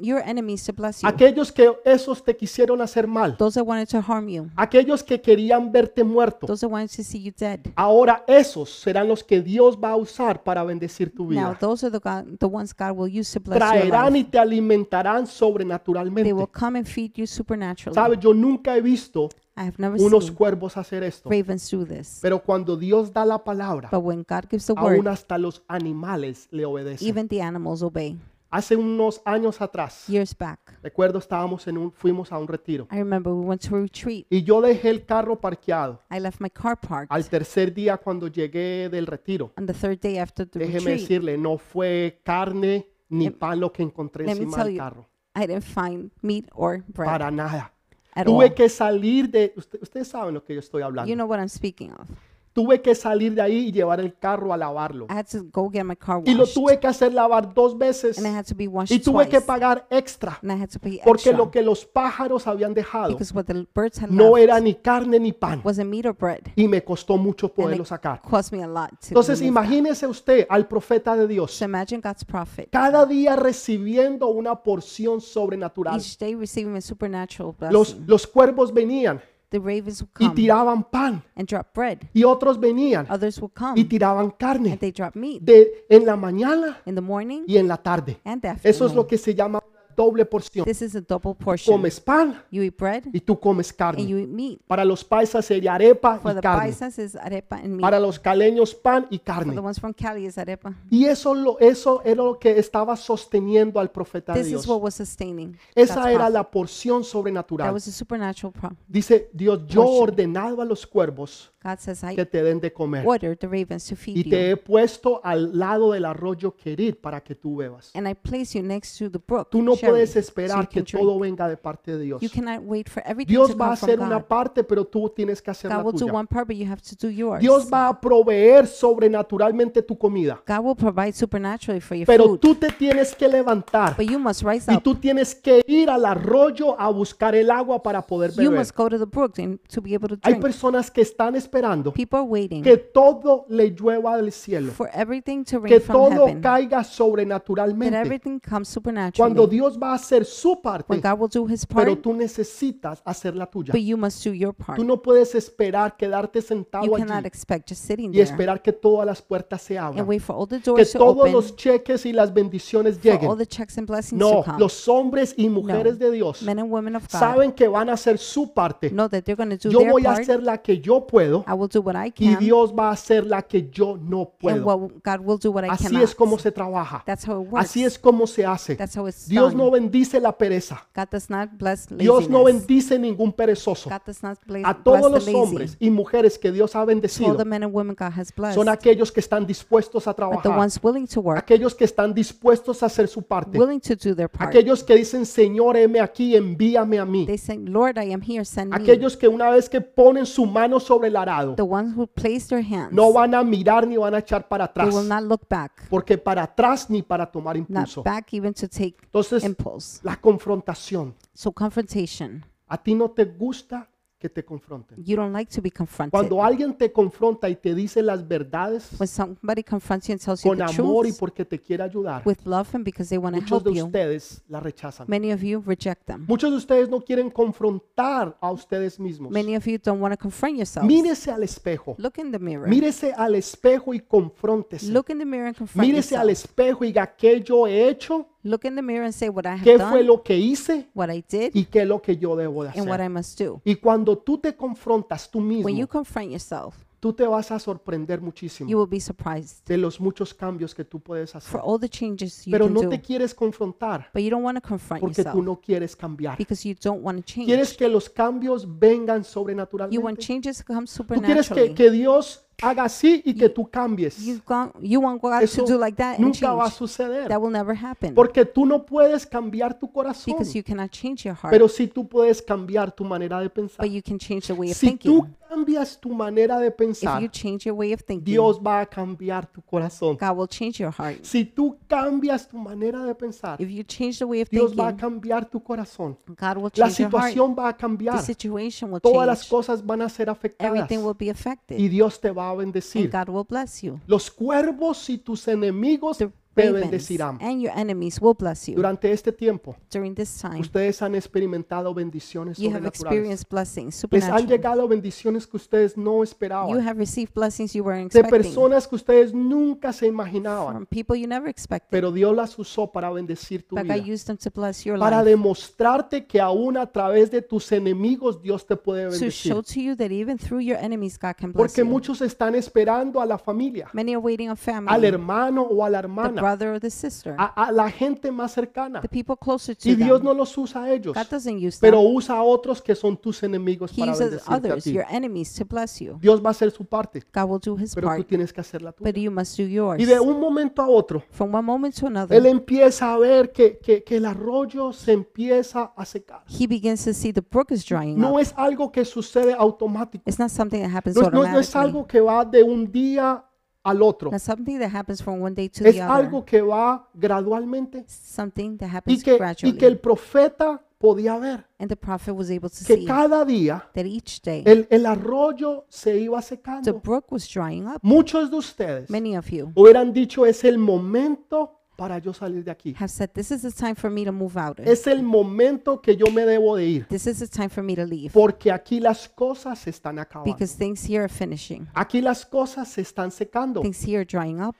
B: your enemies to bless you.
A: Aquellos que esos te quisieron hacer mal,
B: Those that wanted to harm you.
A: aquellos que querían verte muerto,
B: Those that wanted to see you dead.
A: ahora esos serán los que Dios va a usar para bendecir tu
B: Now,
A: vida.
B: those are the, God, the ones God will use to bless your
A: Traerán
B: life.
A: y te alimentarán
B: They will
A: sobrenaturalmente.
B: come and feed you supernaturally.
A: Sabes, yo nunca he visto
B: I have never
A: unos
B: seen
A: cuervos hacer esto,
B: ravens do this.
A: pero cuando Dios da la palabra,
B: But when God gives the
A: aún
B: word,
A: hasta los animales le obedecen.
B: even the animals obey.
A: Hace unos años atrás,
B: Years back,
A: recuerdo estábamos en un fuimos a un retiro
B: I remember we went to a retreat.
A: y yo dejé el carro parqueado.
B: I left my car parked
A: Al tercer día cuando llegué del retiro,
B: on the third day after the
A: déjeme
B: retreat. Em,
A: decirle, no fue carne ni pan lo que encontré
B: Let me
A: encima
B: tell
A: del
B: you,
A: carro,
B: I didn't find meat or bread
A: para nada.
B: at all.
A: Tuve que salir de, usted- ustedes saben lo que yo estoy
B: You
A: hablando.
B: know what I'm speaking of.
A: Tuve que salir de ahí y llevar el carro a lavarlo.
B: I had to go get my car
A: Y lo
B: washed.
A: tuve que hacer lavar dos veces
B: and I had to be washed
A: y tuve que
B: twice.
A: pagar extra
B: and I had to pay
A: porque
B: extra
A: lo que los pájaros habían dejado
B: because what the birds had
A: no
B: left
A: era ni carne ni pan
B: wasn't meat or bread.
A: y me costó mucho
B: And
A: poderlo
B: it
A: sacar.
B: cost me a lot to
A: Entonces
B: remove that.
A: imagínese usted al profeta de Dios
B: So imagine God's prophet
A: cada día recibiendo una porción sobrenatural.
B: each day receiving a supernatural blessing.
A: Los, los cuervos venían
B: the ravens would
A: y
B: come
A: tiraban pan
B: and drop bread.
A: y otros venían
B: Others would come
A: y tiraban
B: and
A: carne
B: they drop meat
A: de, en la mañana
B: in the morning
A: y en la tarde.
B: and afternoon.
A: Eso es lo que se llama doble porción.
B: this is a double portion.
A: Comes pan
B: You eat bread
A: y tú comes
B: and
A: carne.
B: you eat meat.
A: Para los paisas sería arepa
B: For
A: y
B: the
A: carne.
B: paisas is arepa and meat.
A: Para los caleños pan y
B: the
A: carne.
B: ones from Cali is arepa.
A: Y eso, lo, eso era lo que estaba sosteniendo al profeta de
B: This is
A: Dios.
B: what was sustaining. God's
A: Esa era
B: prophet.
A: la porción
B: that
A: sobrenatural.
B: was a supernatural problem.
A: Dice Dios, yo he
B: Porción.
A: ordenado a los cuervos
B: God says, I
A: que te den de comer
B: ordered the ravens to feed
A: y
B: you.
A: te he puesto al lado del arroyo Querid para que tú bebas.
B: and I place you next to the brook.
A: Tú no
B: Cherith,
A: puedes
B: so you
A: esperar que
B: can drink.
A: todo venga de parte de Dios.
B: You cannot wait for everything to
A: Dios va a
B: come from
A: hacer una
B: God.
A: parte, pero tú tienes que hacer
B: God
A: la
B: will do
A: tuya.
B: one part, but you have to do yours.
A: Dios va a proveer sobrenaturalmente tu comida,
B: God will provide supernaturally for your
A: pero
B: food,
A: tú te tienes que levantar
B: but you must rise
A: y
B: up.
A: tú tienes que ir al arroyo a buscar el agua para poder
B: You
A: beber.
B: must go to the brook and to be able to
A: Hay
B: drink.
A: personas que están esperando
B: People are waiting
A: que todo le llueva del cielo.
B: for everything to
A: que
B: rain from
A: todo
B: heaven, that
A: caiga sobrenaturalmente.
B: everything
A: Cuando
B: comes supernaturally.
A: Dios va a hacer su parte,
B: When God will do His
A: pero
B: part,
A: tú necesitas hacer la tuya.
B: but you must do your part.
A: Tú no puedes esperar quedarte
B: You
A: sentado
B: cannot
A: allí
B: expect just sitting
A: y
B: there
A: esperar que todas las puertas se
B: and
A: abran,
B: wait for all the
A: que
B: doors to
A: todos
B: open,
A: los cheques y las bendiciones
B: for all
A: lleguen.
B: the checks and blessings to
A: No,
B: come.
A: los hombres y mujeres de Dios
B: Men and women of God
A: saben que van a hacer su parte.
B: know that they're going to do
A: Yo
B: their
A: voy a
B: part.
A: hacer la que yo puedo
B: I will do what I
A: y
B: can,
A: Dios va a hacer la que yo no
B: and
A: puedo.
B: what God will do what I
A: Así es como
B: cannot.
A: se trabaja.
B: That's how it works.
A: Así es como se hace.
B: That's how it's
A: Dios no
B: done.
A: bendice la pereza.
B: God does not bless
A: Dios no
B: laziness.
A: bendice ningún perezoso.
B: God does not bla-
A: A
B: bless
A: todos
B: the
A: los
B: lazy.
A: hombres y mujeres que Dios ha
B: All
A: bendecido
B: the men and women God has blessed
A: son aquellos que están dispuestos a
B: are the
A: trabajar,
B: ones willing to work,
A: aquellos que están dispuestos a hacer su parte,
B: willing to do their part.
A: aquellos que dicen, Señor, heme aquí, envíame a mí,
B: They say, Lord, I am here, send me.
A: aquellos que una vez que ponen su mano sobre el arado,
B: The ones who place their hands,
A: no van a mirar ni van a echar para
B: they
A: atrás,
B: will not look back,
A: porque para atrás ni para tomar
B: not
A: impulso.
B: back even to take
A: Entonces,
B: impulse.
A: la confrontación.
B: So confrontation.
A: A ti no te gusta que te confronten.
B: You don't like to be confronted.
A: Cuando alguien te confronta y te dice las verdades
B: When somebody confronts you and tells you
A: con
B: the
A: amor y
B: truth
A: porque te quiere ayudar,
B: with love and because they want to
A: muchos
B: Pues, help
A: de
B: you,
A: ustedes la rechazan.
B: many of you reject them.
A: Muchos de ustedes no quieren confrontar a ustedes mismos.
B: Many of you don't want to confront yourselves.
A: Mírese al espejo.
B: Look in the mirror.
A: Mírese al espejo y confróntese.
B: Look in the mirror and confront
A: Mírese al
B: yourself.
A: espejo y diga qué yo he hecho,
B: Look in the mirror and say what I have
A: qué fue
B: done,
A: lo que hice
B: what I did,
A: y qué es lo que yo debo de
B: and what
A: hacer.
B: I must do.
A: Y cuando tú te confrontas tú
B: When you
A: mismo,
B: confront yourself,
A: tú te vas a sorprender
B: you
A: muchísimo
B: will be surprised
A: de los muchos cambios que tú puedes
B: for
A: hacer.
B: all the changes you
A: Pero
B: can
A: no
B: do.
A: te quieres confrontar
B: but you don't want to confront
A: porque
B: yourself
A: tú no quieres cambiar.
B: because you don't want to change.
A: Quieres que los cambios vengan
B: you want
A: sobrenaturalmente.
B: changes to come
A: Tú quieres que,
B: supernaturally.
A: que Dios haga así y que tú cambies.
B: you, got, you want God
A: Eso
B: to do like that and
A: nunca va a
B: change.
A: suceder.
B: That will never happen
A: Porque tú no puedes cambiar tu corazón,
B: because you cannot change your heart,
A: pero sí tú puedes cambiar tu manera de pensar.
B: but you can change the way of
A: Si
B: thinking.
A: tú cambias tu manera de
B: If you
A: pensar,
B: change your way of thinking,
A: Dios va a cambiar tu corazón.
B: God will change your heart.
A: Si tú cambias tu manera de pensar,
B: If you change the way of
A: Dios va a
B: thinking,
A: cambiar tu corazón.
B: God will
A: La
B: change your heart.
A: situación va a
B: The
A: cambiar.
B: situation will
A: Todas las
B: change.
A: cosas van a ser afectadas
B: Everything will be
A: y
B: affected,
A: Dios te va a
B: and
A: bendecir.
B: God will bless you.
A: Los cuervos y tus enemigos
B: The
A: te
B: ravens
A: bendecirán.
B: and your enemies will bless you.
A: Durante este tiempo,
B: During this time,
A: ustedes han experimentado bendiciones
B: you have
A: sobrenaturales.
B: experienced blessings,
A: Les han
B: supernatural.
A: llegado bendiciones que ustedes no
B: You
A: esperaban,
B: have received blessings you weren't
A: de
B: expecting
A: personas que ustedes nunca se imaginaban,
B: from people you never expected,
A: pero Dios las usó para bendecir tu
B: but God
A: vida,
B: used them to bless your
A: para
B: life.
A: demostrarte que aún a través de tus enemigos Dios te puede
B: to show
A: bendecir.
B: to you that even through your enemies, God can bless
A: Porque
B: you.
A: muchos están esperando a la familia,
B: Many are waiting on
A: al
B: family,
A: hermano o a la
B: the
A: hermana,
B: brother or the sister,
A: a, a la gente más cercana.
B: the people closer to
A: Y Dios
B: them.
A: no los usa a ellos,
B: God doesn't use
A: pero
B: them.
A: usa a otros que son tus enemigos
B: He
A: para
B: uses
A: bendecirte a
B: others,
A: ti.
B: your enemies, to bless you.
A: Dios va a hacer su parte,
B: God will do his
A: pero tú
B: part,
A: tienes que hacer la tuya.
B: but you must do yours.
A: Y de un momento a otro,
B: From one moment to
A: Él
B: another,
A: empieza a ver que, que- que el arroyo se empieza a secar.
B: he begins to see the brook is drying
A: No
B: up.
A: es algo que sucede automático.
B: It's not something that happens
A: No, es- no- no es
B: automatically.
A: algo que va de un día al otro.
B: Not something that happens from one day to
A: Es
B: the other.
A: algo que va gradualmente
B: Something that
A: y
B: happens
A: que, y que
B: gradually.
A: el profeta podía ver
B: And the prophet was able to
A: que
B: see
A: cada día
B: that each day
A: el, el arroyo se iba
B: the
A: secando.
B: brook was drying up.
A: Muchos de ustedes
B: Many of you
A: hubieran dicho es el momento para yo salir de aquí.
B: have said, This is the time for me to move out. of.
A: Es el momento que yo me debo de ir
B: This is the time for me to leave
A: porque aquí las cosas se están acabando.
B: because things here are finishing.
A: Aquí las cosas se están secando
B: Things here are drying up.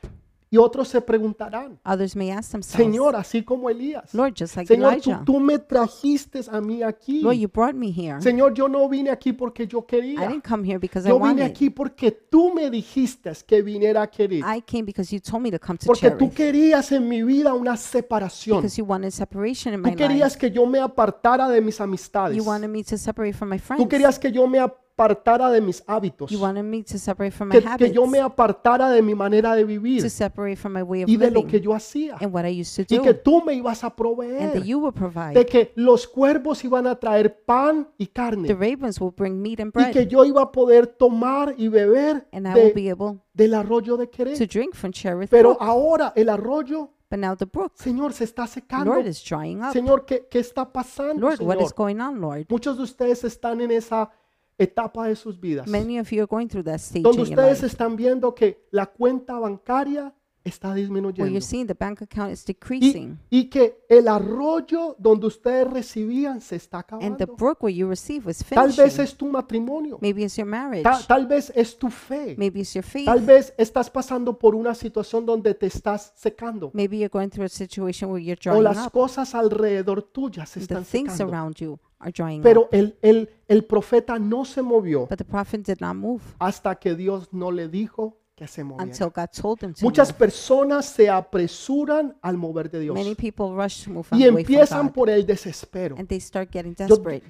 A: y otros se preguntarán,
B: Others may ask themselves,
A: Señor, así como Elías,
B: Lord, just like
A: Señor, tú,
B: Elijah,
A: tú me trajiste a mí aquí.
B: Lord, you brought me here.
A: Señor, yo no vine aquí porque yo
B: I
A: quería.
B: didn't come here because I
A: Yo vine
B: wanted.
A: aquí porque tú me dijiste que viniera a querer.
B: I came because you told me to come to
A: Porque tú
B: Cherith
A: querías en mi vida una separación.
B: because you wanted separation in my
A: Tú
B: life.
A: querías que yo me apartara de mis amistades.
B: You wanted me to separate from my
A: Tú
B: friends.
A: querías que yo me apartara de mis hábitos.
B: You wanted me to separate from my
A: Que, que
B: habits,
A: yo me apartara de mi manera de
B: to
A: vivir
B: separate from my way of
A: y de lo que
B: living
A: yo hacía.
B: and what I used to
A: y que
B: do
A: tú me ibas a
B: and that
A: proveer,
B: you will
A: de
B: provide.
A: que los cuervos iban a traer pan y
B: The
A: carne,
B: ravens will bring meat and
A: y que
B: bread,
A: yo iba a poder tomar y beber
B: and I will
A: de-
B: be able
A: del arroyo de
B: to
A: Querer.
B: drink from Cherith
A: Pero
B: brook.
A: ahora el arroyo,
B: But now the brook,
A: Señor, se está secando.
B: Lord, is drying up.
A: Señor, ¿qué, qué está pasando,
B: Lord, what is
A: Señor?
B: going on, Lord?
A: Muchos de ustedes están en esa etapa de sus vidas,
B: Many of you are going through that stage
A: donde
B: in your
A: ustedes
B: life
A: están viendo que la cuenta bancaria está
B: where you're
A: disminuyendo.
B: seeing the bank account is
A: Y,
B: decreasing
A: y que el arroyo donde ustedes recibían se está
B: and the
A: acabando.
B: brook where you receive is
A: Tal vez
B: finishing.
A: es tu matrimonio.
B: Maybe it's your marriage.
A: Ta- tal vez es tu fe.
B: Maybe it's your
A: Tal
B: faith.
A: vez estás pasando por una situación donde te estás secando.
B: Maybe you're going through a situation where you're
A: O
B: drying
A: las
B: up.
A: cosas alrededor tuyas se
B: The
A: están
B: things
A: secando.
B: around you are drying up.
A: Pero el, el, el profeta no se movió
B: But the prophet did not move
A: hasta que Dios no le dijo que se moviera.
B: until God told him to
A: Oh, Muchas
B: move.
A: personas se apresuran al mover de Dios
B: Many people rush to move
A: y
B: away from
A: empiezan
B: God
A: por el desespero.
B: and they start getting
A: Yo,
B: desperate.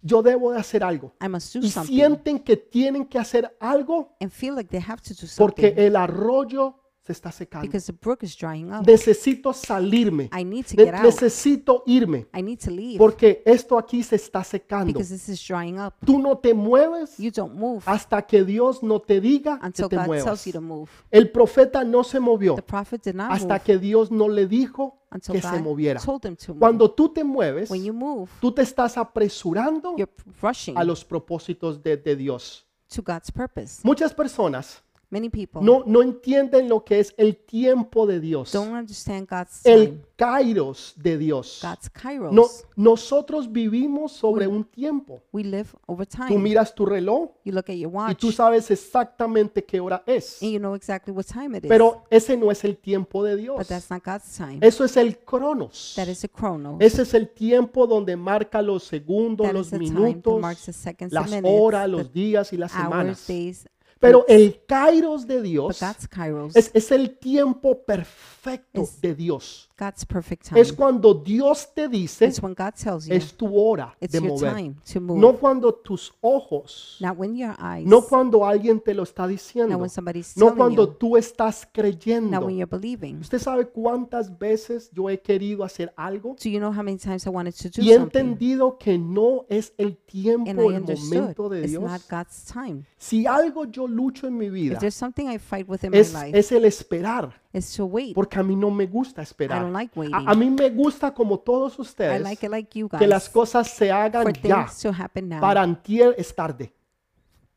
A: yo debo de hacer algo.
B: I must do
A: Y
B: something
A: sienten que tienen que hacer algo
B: and feel like they have to do
A: porque
B: something
A: el arroyo se está secando.
B: because the brook is drying up.
A: Necesito salirme.
B: I need to
A: Ne-
B: get out.
A: necesito irme.
B: I need to leave
A: Porque esto aquí se está secando.
B: because this is drying up.
A: Tú no te mueves
B: You don't move
A: hasta que Dios no te diga que
B: until
A: te
B: God
A: muevas.
B: tells you to move.
A: El profeta no se movió
B: The prophet did not
A: hasta
B: move
A: que Dios no le dijo
B: until
A: que se
B: God
A: moviera.
B: told him to move.
A: Cuando tú te mueves,
B: When you move,
A: tú te estás apresurando
B: you're rushing
A: a los propósitos de, de Dios.
B: to God's purpose.
A: Muchas personas
B: Many people
A: no, no entienden lo que es el tiempo de Dios,
B: don't understand God's time,
A: el kairos de Dios.
B: God's kairos.
A: No, nosotros vivimos sobre un tiempo.
B: We live over
A: Tú
B: time.
A: miras tu reloj
B: You look at your
A: y
B: watch
A: tú sabes exactamente qué hora es.
B: and you know exactly what time it is.
A: Pero ese no es el tiempo de Dios.
B: But that's not God's time.
A: Eso es el cronos.
B: That is a chronos.
A: Ese es el tiempo donde marca los segundos,
B: That
A: los
B: is the time that
A: minutos,
B: marks the seconds,
A: las
B: the
A: horas,
B: minutes,
A: los días y las
B: the hours,
A: semanas.
B: days.
A: Pero
B: weeks.
A: el kairos de
B: But
A: Dios
B: that's Kairos.
A: es, es el tiempo perfecto
B: Es-
A: de Dios.
B: God's perfect time.
A: Es cuando Dios te dice,
B: It's when God tells you
A: es tu hora
B: it's
A: de
B: your
A: mover.
B: time to move.
A: No cuando tus ojos,
B: Not when your eyes,
A: no cuando alguien te lo está
B: not
A: diciendo,
B: when somebody's
A: no
B: telling
A: cuando
B: you,
A: tú estás
B: not
A: creyendo.
B: when you're believing.
A: Usted sabe cuántas veces yo he querido hacer algo
B: Do you know how many times I wanted to do
A: y he
B: something?
A: entendido que no es el
B: And I
A: tiempo, el
B: understood
A: momento de
B: it's
A: Dios.
B: not God's time.
A: Si algo yo lucho en mi vida
B: If there's something I fight with in my
A: es,
B: life,
A: es el esperar,
B: it's to wait.
A: porque a mí no me gusta
B: I
A: esperar.
B: don't like waiting.
A: A, a mí me gusta, como todos
B: I
A: ustedes,
B: like it like you
A: que las
B: guys
A: cosas se hagan
B: for
A: ya.
B: things to happen
A: Para
B: now
A: antier es tarde.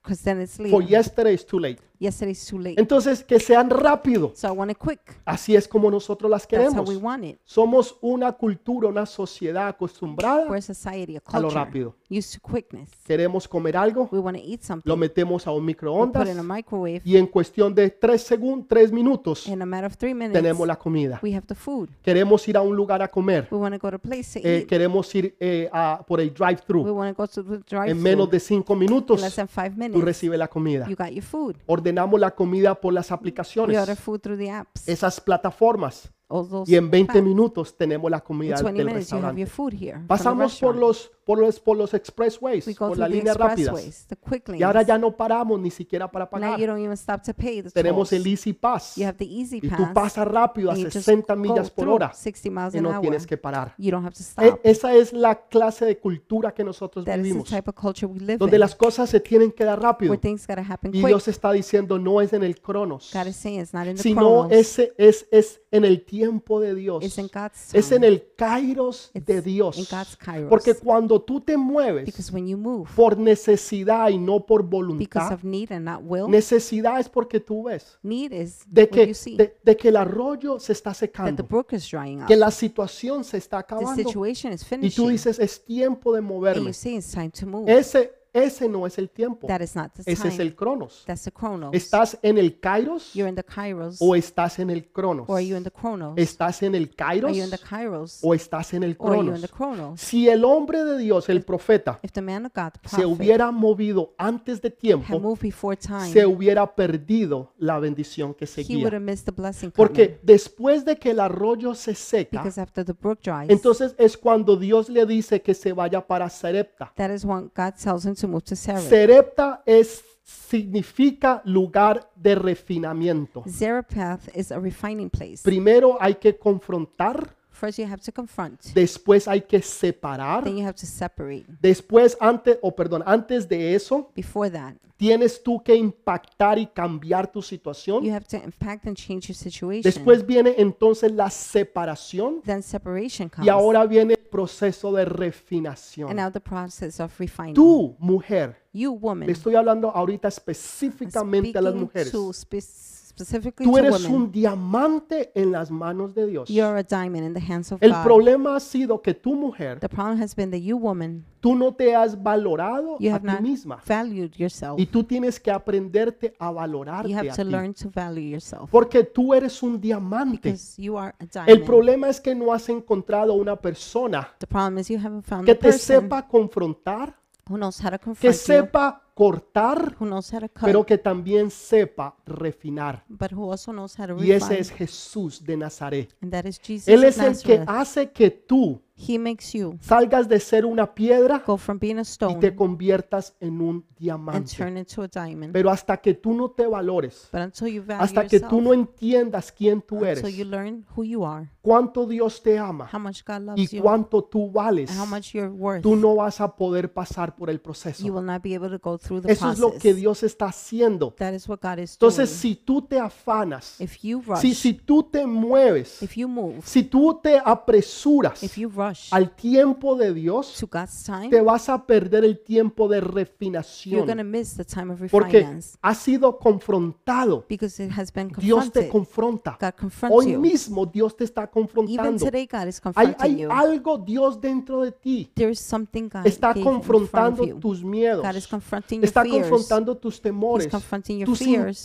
B: because then it's
A: For
B: late.
A: yesterday is too late.
B: Yesterday's too late.
A: Entonces, que sean rápido.
B: So I want it quick.
A: Así es como nosotros las
B: That's how
A: queremos.
B: we want it.
A: Somos una cultura, una sociedad acostumbrada.
B: We're a society, a
A: A lo
B: culture,
A: rápido.
B: used to quickness.
A: Queremos comer algo,
B: We want to eat
A: lo
B: something,
A: metemos a un
B: we put
A: microondas
B: it in a microwave,
A: y en cuestión de tres segundos, tres minutos,
B: in a matter of three minutes,
A: tenemos la comida.
B: we have the food.
A: Queremos ir a un lugar a comer.
B: We want to go to a place to
A: Eh,
B: eat.
A: queremos ir eh, a- por el
B: We
A: drive-thru.
B: want to go to the
A: En menos
B: drive-thru.
A: de cinco
B: In less
A: minutos,
B: than five
A: tú
B: minutes,
A: recibes la comida.
B: you got your food.
A: Ordenamos la comida por las
B: We order
A: aplicaciones,
B: food through the apps.
A: esas plataformas.
B: All those.
A: Y en 20
B: apps.
A: minutos tenemos la comida
B: Pues, In 20
A: del
B: minutes, you have your
A: restaurante.
B: food here. from the
A: Pasamos por
B: restaurant.
A: los, por los, por los
B: We
A: expressways,
B: go
A: por
B: through
A: las
B: the
A: líneas rápidas.
B: expressways, the quick lanes.
A: Y ahora ya no paramos ni siquiera para
B: Now you
A: pagar.
B: don't even stop to pay the
A: Tenemos
B: tolls.
A: el Easy Pass.
B: You have the easy
A: Y
B: pass.
A: tú pasas rápido a
B: and you just
A: 60
B: go
A: millas por
B: through
A: hora
B: 60 miles
A: y
B: an
A: no
B: hour.
A: tienes que parar.
B: You don't have to
A: E-
B: stop.
A: esa es la clase de cultura que nosotros
B: That is the
A: vivimos,
B: type of culture we live
A: donde
B: in,
A: las cosas se tienen que dar rápido.
B: where things gotta happen
A: Y
B: quick.
A: Dios está diciendo, no es en el cronos,
B: God is saying it's not in the
A: sino
B: chronos.
A: ese es, es en el tiempo de Dios.
B: It's in God's
A: Es en
B: time.
A: el kairos
B: It's
A: de Dios.
B: in God's kairos.
A: Porque cuando tú te mueves
B: Because when you move,
A: por necesidad y no por
B: because
A: voluntad,
B: of need and not will,
A: necesidad es porque tú ves
B: need is
A: de
B: what
A: que,
B: you see,
A: de, de que el arroyo se está
B: that the
A: secando,
B: brook is drying up.
A: que la situación se está
B: The
A: acabando
B: situation is
A: y tú
B: finishing.
A: dices, es tiempo de
B: And
A: moverme.
B: you say it's time to move.
A: Ese, ese no es el tiempo.
B: That is not the
A: Ese es
B: time.
A: el cronos.
B: That's the chronos.
A: ¿Estás en el kairos
B: You're in the kairos.
A: o estás en el cronos?
B: Or are you in the chronos?
A: ¿Estás en el
B: Are
A: kairos
B: you in the kairos?
A: o estás en el
B: Or are you in
A: cronos?
B: the chronos?
A: Si el hombre de Dios, el profeta,
B: If the man of God, the
A: se
B: prophet,
A: hubiera movido antes de
B: had
A: tiempo,
B: moved before time,
A: se hubiera perdido la bendición que
B: he would
A: seguía.
B: have missed the blessing coming.
A: Porque después de que el arroyo se seca,
B: Because after the brook dries,
A: entonces es cuando Dios le dice que se vaya para Serepta.
B: that is when God tells him to move to Sarah.
A: Serepta es significa lugar de refinamiento.
B: Zarephath is a refining place.
A: Primero hay que confrontar,
B: First, you have to confront.
A: después hay que separar,
B: Then you have to separate.
A: después antes o perdón, antes de eso
B: Before that,
A: tienes tú que impactar y cambiar tu
B: you
A: situación.
B: have to impact and change your situation.
A: Después viene entonces la separación
B: then separation comes.
A: y ahora viene el proceso de
B: and
A: refinación.
B: now the process of refining.
A: Tú, mujer,
B: you woman,
A: le estoy hablando ahorita
B: I'm
A: específicamente a las
B: speaking
A: mujeres.
B: to spe- specifically
A: Tú
B: to
A: eres
B: women.
A: un diamante en las manos de Dios.
B: You're a diamond in the hands of
A: El
B: God.
A: problema ha sido que tu mujer,
B: The problem has been that you, woman,
A: tú no te has valorado
B: you
A: a
B: have
A: ti
B: not
A: misma
B: valued yourself.
A: y tú tienes que aprenderte a valorarte
B: You have
A: a
B: to
A: ti,
B: learn to value yourself
A: porque tú eres un diamante.
B: because you are a
A: El
B: diamond.
A: problema es que no has encontrado una persona
B: The problem is you haven't found
A: que
B: a
A: te
B: person
A: sepa confrontar,
B: who knows how to
A: que
B: confront you,
A: sepa cortar,
B: who knows how to cut,
A: pero que también sepa refinar.
B: but who also knows how to
A: Y
B: refine.
A: ese es Jesús de Nazaret.
B: and that is Jesus
A: Él
B: of
A: es el que
B: Nazareth.
A: hace que tú
B: He makes you
A: salgas de ser una piedra
B: go from being a
A: y
B: stone
A: te conviertas en un
B: and
A: diamante.
B: turn into a diamond.
A: Pero hasta que tú no te valores,
B: but until you value
A: hasta que
B: yourself,
A: tú no entiendas quién tú
B: until you
A: eres,
B: learn who you are,
A: cuánto Dios te ama
B: how much God loves
A: y
B: you,
A: cuánto tú vales,
B: and how much you're worth,
A: tú no vas a poder pasar por el
B: you
A: proceso.
B: will not be able to go through the
A: Eso es
B: process.
A: lo que Dios está haciendo.
B: that is what God is
A: Entonces,
B: doing.
A: si tú te afanas,
B: if you rush,
A: si, si tú te mueves,
B: if you move,
A: si tú te apresuras
B: if you rush
A: al tiempo de Dios,
B: to God's time,
A: te vas a perder el tiempo de
B: you're going to
A: refinación.
B: miss the time of
A: Porque
B: refinance
A: has sido confrontado.
B: because it has been
A: Dios te
B: confronted.
A: confronta.
B: God confronts
A: Hoy
B: you.
A: mismo Dios te está
B: Even
A: confrontando.
B: today, God is
A: Hay,
B: confronting
A: hay
B: you.
A: algo Dios dentro de ti.
B: there is something God
A: Está
B: gave in front of
A: confrontando
B: you.
A: tus miedos.
B: God is confronting your
A: Está
B: fears,
A: confrontando tus temores.
B: He's confronting your
A: Tus in-
B: fears,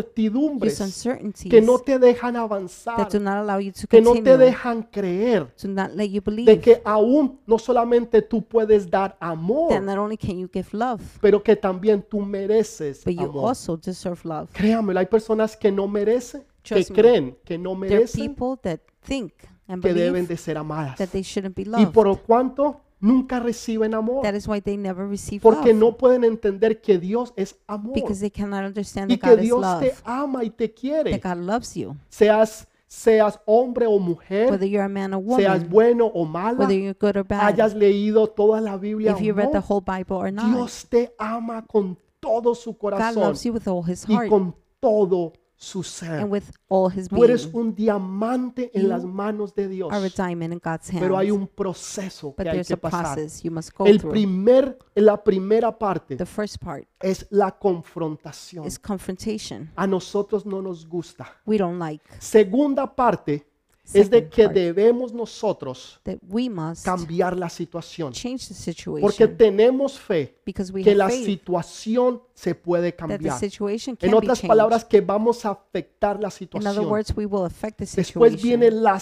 A: incertidumbres
B: your uncertainties
A: que no te dejan avanzar.
B: that do not allow you to
A: Que no te
B: continue,
A: dejan creer.
B: to not let you believe
A: De que aún no solamente tú puedes dar
B: that
A: amor,
B: not only can you give love,
A: pero que también tú mereces
B: but you
A: amor.
B: also deserve love.
A: Créamelo, hay personas que no merecen, que
B: Trust me.
A: creen que no
B: There are
A: merecen,
B: people that think and
A: que deben
B: believe
A: de ser amadas.
B: that they shouldn't be
A: Y
B: loved.
A: por lo cuanto nunca reciben amor,
B: That is why they never receive
A: porque
B: love
A: no pueden entender que Dios es amor
B: because they cannot understand
A: y
B: that
A: que
B: God is
A: Dios
B: love,
A: te ama y te quiere.
B: that God loves you,
A: Seas seas hombre o mujer,
B: whether you're a man or
A: seas
B: woman,
A: bueno o mala,
B: whether you're good or bad,
A: hayas leído toda la Biblia
B: if you read the
A: o
B: whole Bible or
A: no,
B: not.
A: Dios te ama con todo su
B: God
A: corazón
B: loves you with all his
A: y
B: heart
A: con todo su ser.
B: and with all his
A: Tú eres
B: being.
A: un diamante en
B: You
A: las manos de Dios.
B: Are a diamond in God's
A: Pero hay
B: hand.
A: un proceso
B: But
A: que hay
B: there's
A: que
B: a
A: pasar.
B: process you must go
A: El
B: through.
A: primer, la primera parte
B: The first part
A: es la confrontación.
B: is confrontation.
A: A nosotros no nos gusta.
B: We don't like
A: Segunda parte es de
B: Second
A: que
B: part.
A: debemos nosotros
B: that we must
A: cambiar la situación.
B: change the
A: Porque
B: situation
A: tenemos fe
B: because we
A: que la
B: have faith
A: situación se puede
B: that the
A: cambiar.
B: situation
A: En
B: can be
A: otras palabras,
B: changed.
A: que vamos a afectar la
B: In other
A: situación.
B: words, we will affect the
A: Después viene
B: situation.
A: la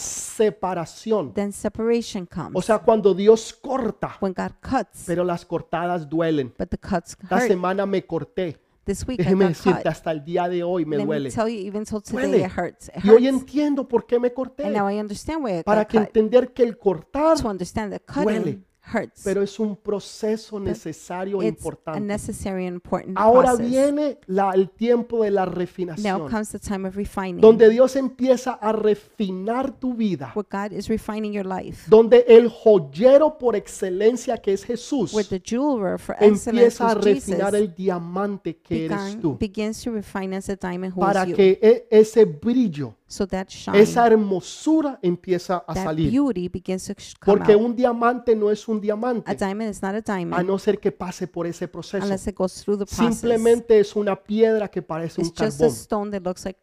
A: separación.
B: Then separation comes.
A: O sea, cuando Dios corta,
B: when God cuts,
A: pero las cortadas duelen.
B: but the cuts
A: Esta
B: hurt.
A: semana me corté.
B: This week I
A: Déjeme
B: got
A: decirte,
B: cut.
A: hasta el día de hoy me
B: Let
A: duele.
B: me tell you, even till
A: Duele.
B: today it hurts. It
A: Y hoy
B: hurts.
A: entiendo por qué me corté.
B: And now I understand why I
A: Para
B: got
A: que
B: cut.
A: entender que el cortar,
B: To understand that
A: Duele.
B: cutting hurts.
A: pero es un proceso necesario e
B: It's a
A: importante.
B: necessary and important
A: Ahora
B: process.
A: viene la- el tiempo de la
B: Now
A: refinación,
B: comes the time of refining,
A: donde Dios empieza a refinar tu vida,
B: where God is refining your life,
A: donde el joyero por excelencia que es Jesús
B: where the jeweler, for excellence,
A: empieza a
B: who's
A: refinar
B: Jesus,
A: el diamante que eres
B: began,
A: tú,
B: begins to refine as a diamond who
A: para
B: is you,
A: que e- ese brillo,
B: so that shine,
A: esa hermosura empieza a
B: that
A: salir.
B: beauty begins to sh- come
A: Porque
B: out.
A: un diamante no es un
B: A
A: diamante
B: diamond is not a
A: a
B: diamond
A: no ser que pase por ese proceso.
B: unless it goes through the process.
A: Simplemente es una piedra que parece
B: it's
A: un
B: just a
A: carbón.
B: stone that looks like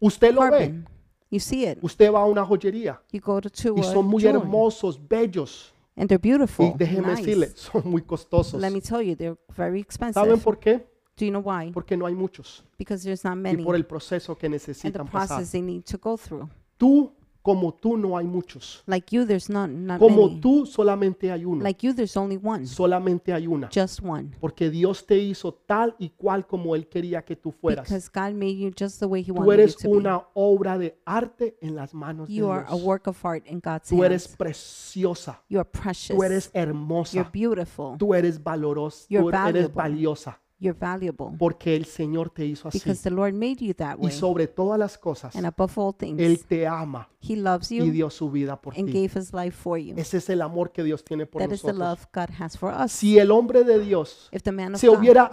A: Usted lo ve,
B: carbon. You see it.
A: usted va a una joyería
B: You go to, to
A: y
B: a
A: son muy
B: jeweler,
A: hermosos, bellos.
B: and they're
A: Y
B: beautiful,
A: déjeme
B: nice.
A: decirle, son muy costosos.
B: Let me tell you, they're very expensive.
A: ¿Saben por qué?
B: Do you know why?
A: Porque no hay muchos
B: Because there's not
A: y
B: many.
A: por el proceso que
B: and the
A: necesitan pasar.
B: process they need to go through.
A: Tú, como tú, no hay muchos.
B: Like you, there's none, not
A: Como
B: many.
A: tú, solamente hay uno.
B: Like you, there's only one,
A: Solamente hay una.
B: just one.
A: Porque Dios te hizo tal y cual como Él quería que tú fueras.
B: Because God made you just the way He
A: Tú
B: wanted you
A: eres
B: to
A: una obra de arte en las manos
B: be.
A: de
B: You are a
A: Dios.
B: work of art in God's
A: Tú eres
B: hands.
A: preciosa.
B: You are
A: Tú
B: precious.
A: eres
B: You're
A: hermosa.
B: beautiful.
A: Tú eres valorosa. Tú
B: You're
A: eres
B: valuable.
A: valiosa.
B: You're valuable.
A: Porque el Señor te hizo así.
B: Because the Lord made you that
A: Y
B: way.
A: sobre todas las cosas,
B: And above all things,
A: Él te ama
B: He loves
A: y
B: you
A: dio su vida por
B: and
A: ti.
B: gave His life for you.
A: Ese es el amor que Dios tiene por
B: That is the
A: nosotros.
B: love God has for us.
A: Si el hombre de Dios
B: If the man of
A: se
B: God
A: hubiera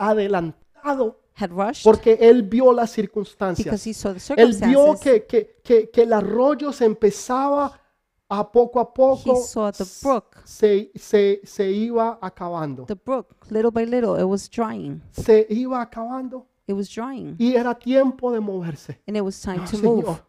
A: adelantado
B: had rushed
A: porque Él vio las
B: because
A: circunstancias,
B: he saw the
A: Él vio
B: circumstances,
A: que, que, que, que el arroyo se empezaba a poco a poco
B: he saw the brook
A: se, se, se iba acabando.
B: the brook little by little it was drying
A: Se iba acabando
B: it was drying
A: y era tiempo de moverse. Ah,
B: and it was time to move
A: Señor,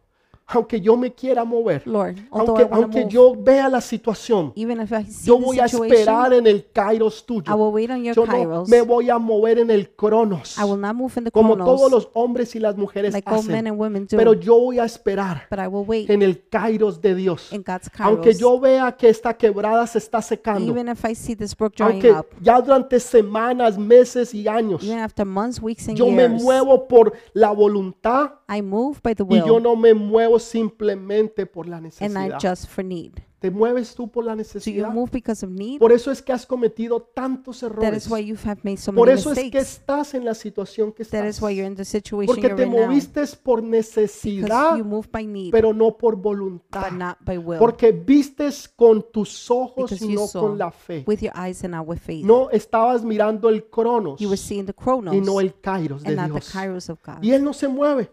A: aunque yo me quiera mover,
B: Lord, although I
A: aunque,
B: want to
A: aunque
B: move,
A: yo vea la situación,
B: even if I see
A: yo voy a
B: the situation,
A: esperar en el kairos
B: I
A: tuyo.
B: will wait on your
A: Yo no
B: kairos.
A: me voy a mover en el cronos,
B: I will not move in the
A: como todos
B: chronos
A: los hombres y las mujeres
B: like all
A: hacen.
B: men and women do,
A: Pero yo voy a esperar
B: but I will wait
A: en el kairos de Dios.
B: in God's kairos.
A: Aunque yo vea que esta quebrada se está secando,
B: even if I see this brook drying
A: aunque
B: up,
A: ya durante semanas, meses y años,
B: even after months, weeks, and
A: yo me
B: years,
A: muevo por la voluntad
B: I move by the
A: y yo
B: will,
A: no me muevo simplemente por la
B: and
A: necesidad.
B: not just for need.
A: Te mueves tú por la
B: Do you
A: necesidad.
B: move because of need?
A: Por eso es que has cometido tantos
B: That
A: errores.
B: is why you have made so
A: Por
B: many
A: eso es que
B: mistakes.
A: estás en la situación que
B: That
A: estás.
B: is why you're in the situation
A: Porque
B: you're
A: te
B: in now.
A: moviste por
B: Because
A: necesidad,
B: you move by need,
A: pero no por
B: but
A: voluntad.
B: not by will.
A: Porque vistes con tus ojos
B: Because
A: y
B: you
A: no
B: saw
A: con la fe.
B: with your eyes and not with faith.
A: No estabas mirando el cronos
B: You were seeing the chronos
A: y no el kairos de
B: and not the
A: Dios.
B: kairos of God.
A: Y él no se mueve.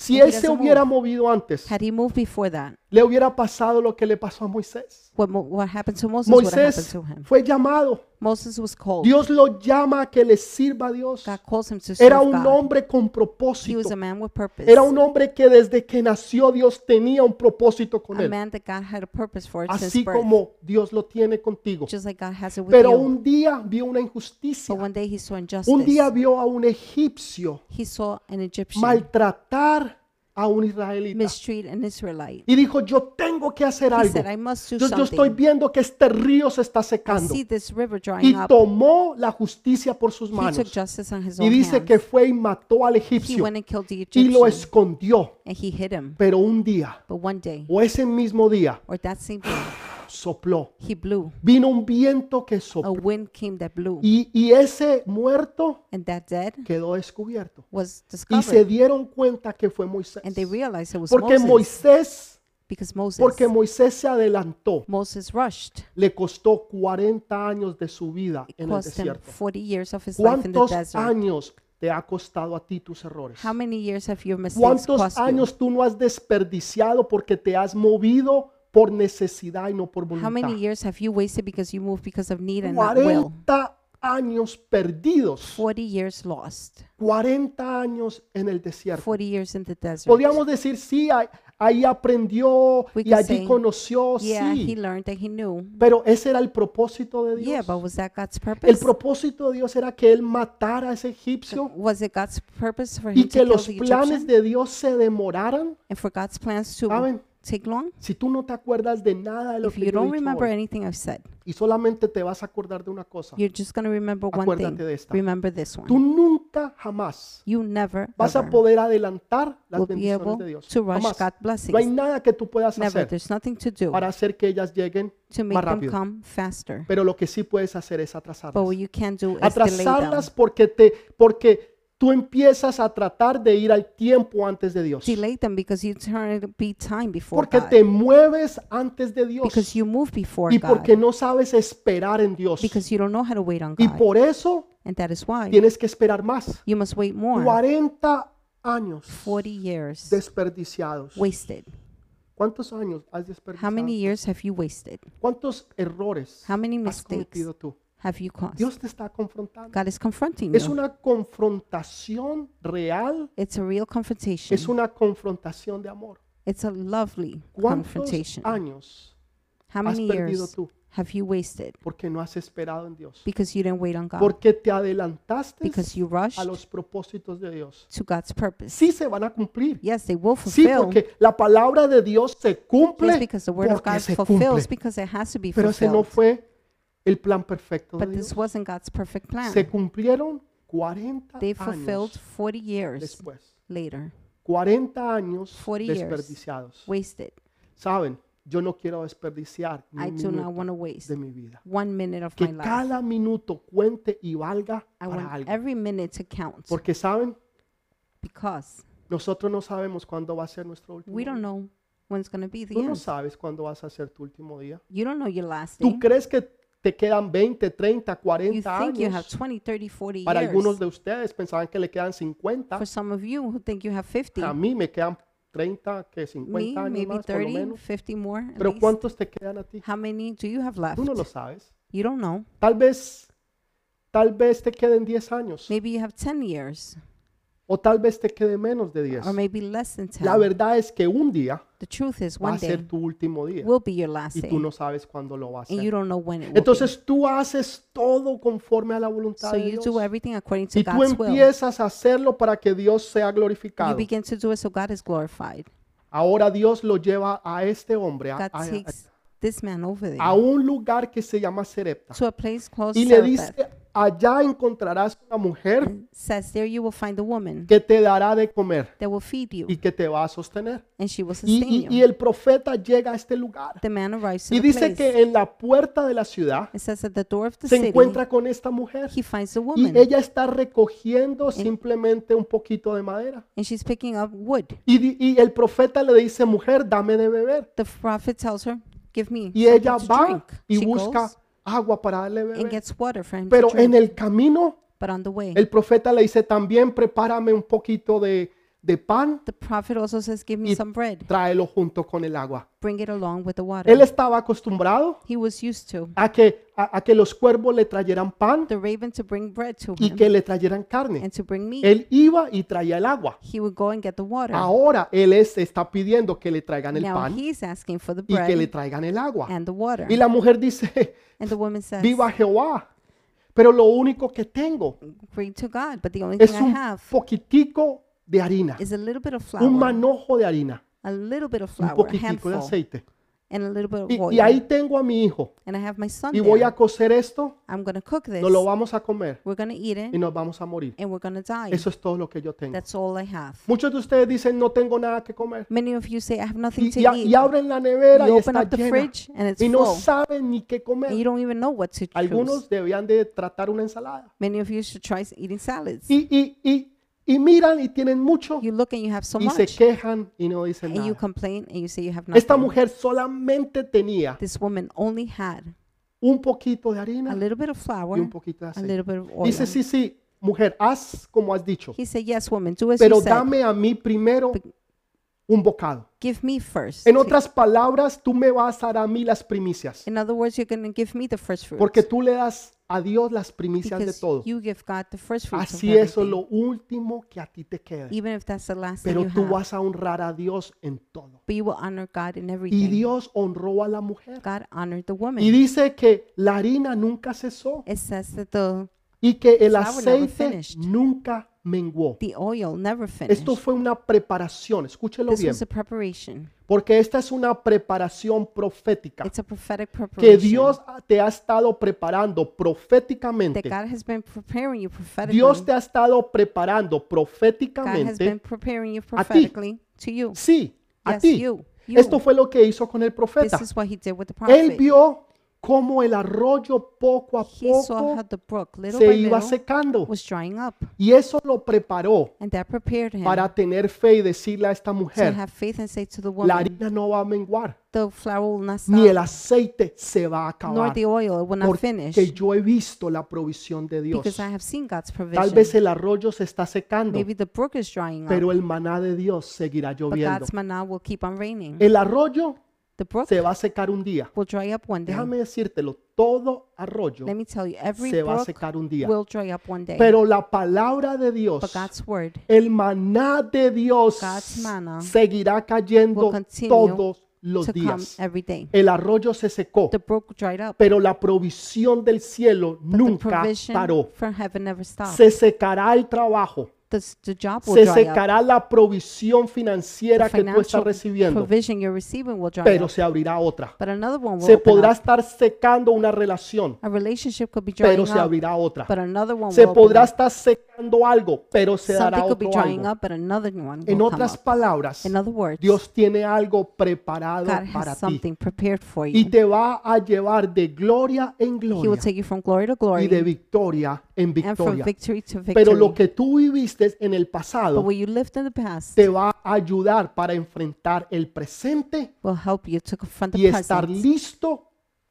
A: Si
B: And he
A: él se
B: doesn't
A: hubiera movido antes,
B: Had he moved before that,
A: le hubiera pasado lo que le pasó a Moisés.
B: what, Mo- what happened to Moses would have happened
A: Moisés
B: to him.
A: fue llamado.
B: Moses was called.
A: Dios lo llama a que le sirva a Dios.
B: God calls him to serve
A: Era un
B: God.
A: hombre con
B: He
A: propósito.
B: was a man with purpose.
A: Era un hombre que desde que nació Dios tenía un propósito con
B: a
A: él.
B: man that God had a purpose for since
A: Así
B: birth.
A: como Dios lo tiene contigo.
B: just like God has it with
A: Pero
B: you.
A: un día vio una
B: but
A: injusticia.
B: one day he saw injustice.
A: Un día vio a un egipcio
B: he saw an Egyptian
A: maltratar a un israelita.
B: mistreat an Israelite.
A: Y dijo, yo tengo que hacer
B: He
A: algo.
B: said, I must do
A: Yo, yo
B: something.
A: estoy viendo que este río se está
B: I
A: secando.
B: see this river drying
A: Y
B: up.
A: tomó la justicia por sus
B: He took
A: manos.
B: justice on his
A: Y
B: own
A: dice
B: hands.
A: que fue y mató al
B: he
A: egipcio
B: went and killed the
A: y
B: Egyptian.
A: lo escondió.
B: and he hid him.
A: Pero un día,
B: But one day,
A: o ese mismo día,
B: or that same day,
A: sopló.
B: he blew.
A: Vino un viento que
B: A
A: sopló.
B: wind came that blew.
A: Y, y ese muerto
B: and that dead
A: quedó descubierto.
B: was
A: Y se
B: discovered.
A: dieron cuenta que fue Moisés.
B: And they realized it was
A: Porque
B: Moses.
A: Moisés,
B: because Moses,
A: porque Moisés se adelantó.
B: Moses rushed.
A: Le costó 40 años de su vida
B: It
A: en el
B: cost him
A: desierto.
B: 40 years of his life in the
A: ¿Cuántos
B: desert.
A: años te ha costado a ti tus errores?
B: How many years have your mistakes
A: ¿Cuántos
B: cost you?
A: años tú no has desperdiciado porque te has movido por necesidad y no por
B: How many
A: voluntad?
B: years have you wasted because you moved because of need and not will?
A: 40 años perdidos,
B: 40 years lost.
A: 40 años en el desierto.
B: 40 years in the desert.
A: Podríamos decir, sí, ahí- ahí aprendió
B: We
A: y
B: could
A: allí
B: say,
A: conoció,
B: yeah, he
A: sí,
B: learned and he knew.
A: pero ese era el propósito de
B: Yeah,
A: Dios.
B: but was that God's
A: El
B: purpose?
A: propósito de Dios era que él matara a ese egipcio
B: Was it God's purpose for
A: y
B: him
A: que
B: to kill
A: los
B: the
A: planes
B: Egyptian?
A: de Dios se demoraran.
B: And for God's plans to
A: ¿Saben?
B: take long?
A: Si tú no te acuerdas de nada de lo
B: If
A: que
B: you
A: yo he
B: don't
A: dicho
B: remember
A: hoy,
B: anything I've said,
A: y solamente te vas a acordar de una cosa.
B: you're just going to remember one
A: Acuérdate de
B: thing.
A: esta.
B: Remember this
A: Tú
B: one.
A: nunca jamás
B: You never
A: vas a
B: ever
A: poder adelantar las
B: will be
A: bendiciones de
B: able
A: Dios.
B: to rush
A: Jamás.
B: God's
A: No hay
B: blessings.
A: nada que tú puedas
B: Never.
A: hacer
B: There's nothing to do
A: para hacer que ellas lleguen
B: to make
A: más
B: them
A: rápido.
B: come faster.
A: Pero lo que sí puedes hacer es
B: But what
A: atrasarlas.
B: you can do is delay them.
A: Atrasarlas porque te porque tú empiezas a tratar de ir al tiempo antes de Dios.
B: Delay them because you turn it be time before
A: Porque
B: God.
A: te mueves antes de
B: Because
A: Dios
B: you move before
A: y
B: God.
A: porque no sabes esperar en Dios.
B: Because you don't know how to wait on
A: Y
B: God.
A: por eso
B: And that is why
A: tienes que esperar más.
B: you must wait more.
A: 40 años
B: 40 years
A: desperdiciados.
B: wasted.
A: ¿Cuántos años has
B: How
A: desperdiciado?
B: many years have you wasted?
A: ¿Cuántos errores
B: How many
A: has cometido
B: mistakes
A: tú?
B: have you caused?
A: Dios te está confrontando.
B: God is confronting
A: Es
B: you.
A: una confrontación real,
B: It's a real confrontation.
A: es una confrontación de amor.
B: It's a lovely
A: ¿Cuántos
B: confrontation.
A: años
B: How
A: has
B: many
A: perdido
B: years
A: tú?
B: have you wasted
A: Porque no has esperado en Dios.
B: because you didn't wait on God?
A: Porque te adelantaste
B: Because you
A: a
B: rushed
A: los propósitos de Dios.
B: to God's purpose.
A: Sí se van a cumplir.
B: Yes, they will
A: Sí,
B: fulfill.
A: porque la palabra de Dios se
B: Yes,
A: cumple
B: because the word of
A: porque
B: God
A: se
B: fulfills
A: cumple.
B: because it has to be
A: Pero ese no
B: fulfilled.
A: fue el plan perfecto de
B: But this
A: Dios.
B: wasn't God's perfect
A: Se
B: plan.
A: cumplieron 40
B: They
A: años
B: fulfilled 40 years
A: después.
B: later,
A: 40 años
B: 40 years.
A: desperdiciados.
B: wasted.
A: Saben, yo no quiero desperdiciar ni
B: I
A: un
B: do not
A: minuto
B: want to waste
A: de mi vida.
B: one minute of my
A: Que
B: life.
A: cada minuto cuente y valga
B: I
A: para
B: want
A: algo.
B: every minute to count
A: Porque saben,
B: because
A: nosotros no sabemos cuándo va a ser nuestro último
B: we don't
A: día.
B: know when it's going to be the
A: Tú no
B: end.
A: sabes cuándo vas a ser tu último día.
B: You don't know your last
A: ¿Tú
B: day.
A: crees que te quedan 20, 30,
B: You
A: 40
B: think you have
A: años?
B: 20, 30, 40
A: Para algunos
B: years.
A: de ustedes pensaban que le quedan 50.
B: For some of you who think you have 50,
A: A mí me quedan 30, que 50
B: me,
A: años
B: maybe
A: más por lo
B: 30,
A: menos.
B: 50 more. at
A: Pero
B: least.
A: ¿cuántos te quedan a ti?
B: How many do you have left?
A: Tú no lo sabes.
B: You don't know.
A: Tal vez, tal vez te queden 10 años.
B: Maybe you have 10 years.
A: O tal vez te quede menos de 10.
B: or maybe less than 10.
A: La verdad es que un día
B: the truth is,
A: va
B: one
A: a
B: day
A: ser tu último día
B: will be your last
A: y
B: day,
A: tú no sabes cuándo lo vas a
B: and you
A: hacer.
B: don't know when it will
A: Entonces tú haces todo conforme a la
B: be.
A: voluntad
B: So
A: de
B: you
A: Dios.
B: do everything according to
A: Y tú
B: God's will.
A: empiezas a hacerlo para que Dios sea
B: You
A: glorificado.
B: begin to do it so God is glorified.
A: Ahora Dios lo lleva a este hombre a,
B: God
A: a-
B: takes this man
A: a
B: over there
A: un lugar que se llama Serepta
B: to a place called
A: y le
B: Zarephath.
A: dice, allá encontrarás una mujer
B: Says there you will find a woman
A: que te dará de comer
B: that will feed you,
A: y que te va a sostener.
B: and she will
A: Y,
B: sustain
A: y-
B: you.
A: y el profeta llega a este lugar
B: the man arrives to
A: y
B: the
A: dice
B: place.
A: que en la puerta de la ciudad
B: it says at the door of the
A: se
B: city,
A: encuentra con esta mujer
B: este he finds a woman,
A: y ella está recogiendo simplemente un poquito de madera.
B: and she's picking up wood.
A: Y, di- y el profeta le dice, mujer, dame de beber.
B: The prophet tells her, "Give me."
A: Y
B: something
A: ella
B: to
A: va
B: drink."
A: y
B: she
A: busca
B: goes
A: agua para darle
B: and
A: beber.
B: gets water for him.
A: Pero
B: to drink.
A: en el camino,
B: but on the way,
A: el profeta le dice, también prepárame un poquito de, de pan,
B: the prophet also says, "Give me
A: Y-
B: some bread.
A: tráelo junto con el agua.
B: Bring it along with the water."
A: Él estaba acostumbrado
B: he was used to
A: a que, a, a que los cuervos le trayeran pan
B: the raven to bring bread to
A: y
B: him
A: que le trayeran carne.
B: and to bring meat.
A: Él iba y traía el agua.
B: he would go and get the water.
A: Ahora él es- está pidiendo que le traigan el
B: Ah. now
A: pan
B: he's asking for the
A: y que
B: bread
A: le traigan el agua.
B: and the water.
A: Y la mujer dice,
B: and the woman says,
A: viva Jehová, pero lo único que tengo
B: "Pray to God, but the only
A: es
B: thing I
A: un
B: have
A: poquitico de harina,
B: is a little bit of flour,
A: un manojo de harina,
B: a little bit of
A: un
B: flour, a
A: poquitico de
B: handful,
A: aceite.
B: and a little bit of oil.
A: Y, y ahí tengo a mi hijo
B: and I have my son
A: y
B: there.
A: voy a cocer esto,
B: I'm gonna cook this.
A: nos lo vamos a comer
B: We're gonna eat it,
A: y nos vamos a morir.
B: and we're gonna die.
A: Eso es todo lo que yo tengo.
B: That's all I have.
A: Muchos de ustedes dicen, no tengo nada que comer.
B: Many of you say I have nothing
A: Y,
B: to
A: y a-
B: eat.
A: y abren la nevera
B: you
A: y
B: open
A: está
B: up the
A: llena.
B: fridge and it's
A: Y no
B: full,
A: saben ni qué
B: and you
A: comer.
B: don't even know what to choose.
A: Algunos debían de tratar una ensalada.
B: Many of you should try s- eating salads.
A: Y, y, y, y miran y tienen mucho
B: You look and you have so
A: y se
B: much,
A: quejan y no dicen
B: and you
A: nada.
B: complain and you say you have
A: Esta
B: nothing.
A: mujer solamente tenía
B: This woman only had
A: un poquito de
B: a
A: harina
B: little bit of
A: y un
B: flour,
A: poquito de
B: a
A: aceite.
B: little bit of oil.
A: Dice, sí, sí, mujer, haz como has dicho,
B: He said, "Yes, woman, do as
A: pero
B: you said.
A: dame a mí primero un bocado.
B: Give me first.
A: En otras palabras, tú me vas a dar a mí las primicias,
B: In other words, you're gonna give me the first fruits
A: porque tú le das a Dios las primicias de
B: because
A: todo.
B: you give God the first fruits of
A: Así eso es
B: everything,
A: lo último que a ti te queda.
B: even if that's the last thing
A: Pero
B: you
A: tú
B: have.
A: vas a honrar a Dios en todo.
B: But you will honor God in
A: Y
B: everything.
A: Dios honró a la mujer.
B: God honored the woman.
A: Y dice que la harina nunca cesó
B: it says that the,
A: y que el
B: Flour never
A: aceite
B: finished.
A: nunca menguó.
B: the oil never finished.
A: Esto fue una preparación, escúchelo
B: this
A: bien,
B: was a preparation.
A: porque esta es una preparación profética
B: It's a prophetic
A: que
B: preparation
A: Dios te ha estado preparando
B: that
A: proféticamente.
B: God has been preparing you prophetically.
A: Dios te ha estado preparando
B: God has been
A: proféticamente.
B: preparing you prophetically to you.
A: Sí, a
B: Yes,
A: ti.
B: you, you.
A: Esto fue lo que hizo con el profeta.
B: This is what he did with the prophet.
A: Él vio cómo el arroyo poco a
B: he saw how
A: poco
B: the brook, little by
A: se iba
B: little,
A: secando.
B: was drying up.
A: Y eso lo preparó
B: And that prepared him
A: para tener fe y decirle a esta
B: to
A: mujer,
B: have faith and say to the
A: la
B: woman,
A: harina no va a menguar,
B: the flour will not
A: ni el
B: stop,
A: aceite se va a
B: nor
A: acabar,
B: the oil, it will not finish,
A: porque yo he visto la provisión de Dios.
B: because I have seen God's
A: Tal
B: provision.
A: vez el arroyo se está secando,
B: Maybe the brook is drying up,
A: pero el maná de Dios seguirá
B: but
A: lloviendo.
B: God's maná will keep on raining.
A: El arroyo
B: The brook
A: se va a secar un día.
B: will dry up one day.
A: Déjame decírtelo, todo arroyo
B: Let me tell you, every
A: se va a
B: brook
A: secar un día.
B: will dry up one day.
A: Pero la palabra de
B: But
A: Dios
B: God's word
A: El maná de Dios
B: God's manna
A: seguirá cayendo
B: will continue
A: todos los
B: to come
A: días.
B: every day.
A: El arroyo se secó,
B: The brook dried up,
A: pero la provisión del cielo
B: but the
A: nunca
B: provision
A: paró.
B: from heaven never stopped.
A: Se secará el trabajo,
B: The, s- the job will
A: se
B: dry up.
A: secará la provisión
B: The
A: financiera que tú estás
B: financial
A: recibiendo,
B: provision you're receiving will dry
A: pero
B: up,
A: se abrirá otra.
B: but another one will
A: Se
B: open
A: podrá
B: up.
A: estar secando una relación,
B: A relationship could be
A: pero
B: drying
A: se
B: up,
A: abrirá otra.
B: but another one
A: Se
B: will open
A: podrá
B: up.
A: estar secando algo, pero se dará
B: Something could be
A: otro
B: drying
A: algo.
B: up, but another one
A: En
B: will come
A: otras
B: up.
A: palabras,
B: In other words,
A: Dios tiene algo preparado
B: God
A: para
B: has
A: ti
B: something prepared for
A: y
B: you.
A: te va a llevar de gloria en
B: He will
A: gloria
B: take you from glory to
A: y de
B: glory
A: victoria en
B: and from
A: victoria.
B: victory to
A: Pero lo
B: victory.
A: que tú viviste en el
B: But
A: pasado
B: what you lived in the past
A: te va a ayudar para enfrentar el presente
B: will help you to confront
A: y
B: the
A: estar
B: present
A: listo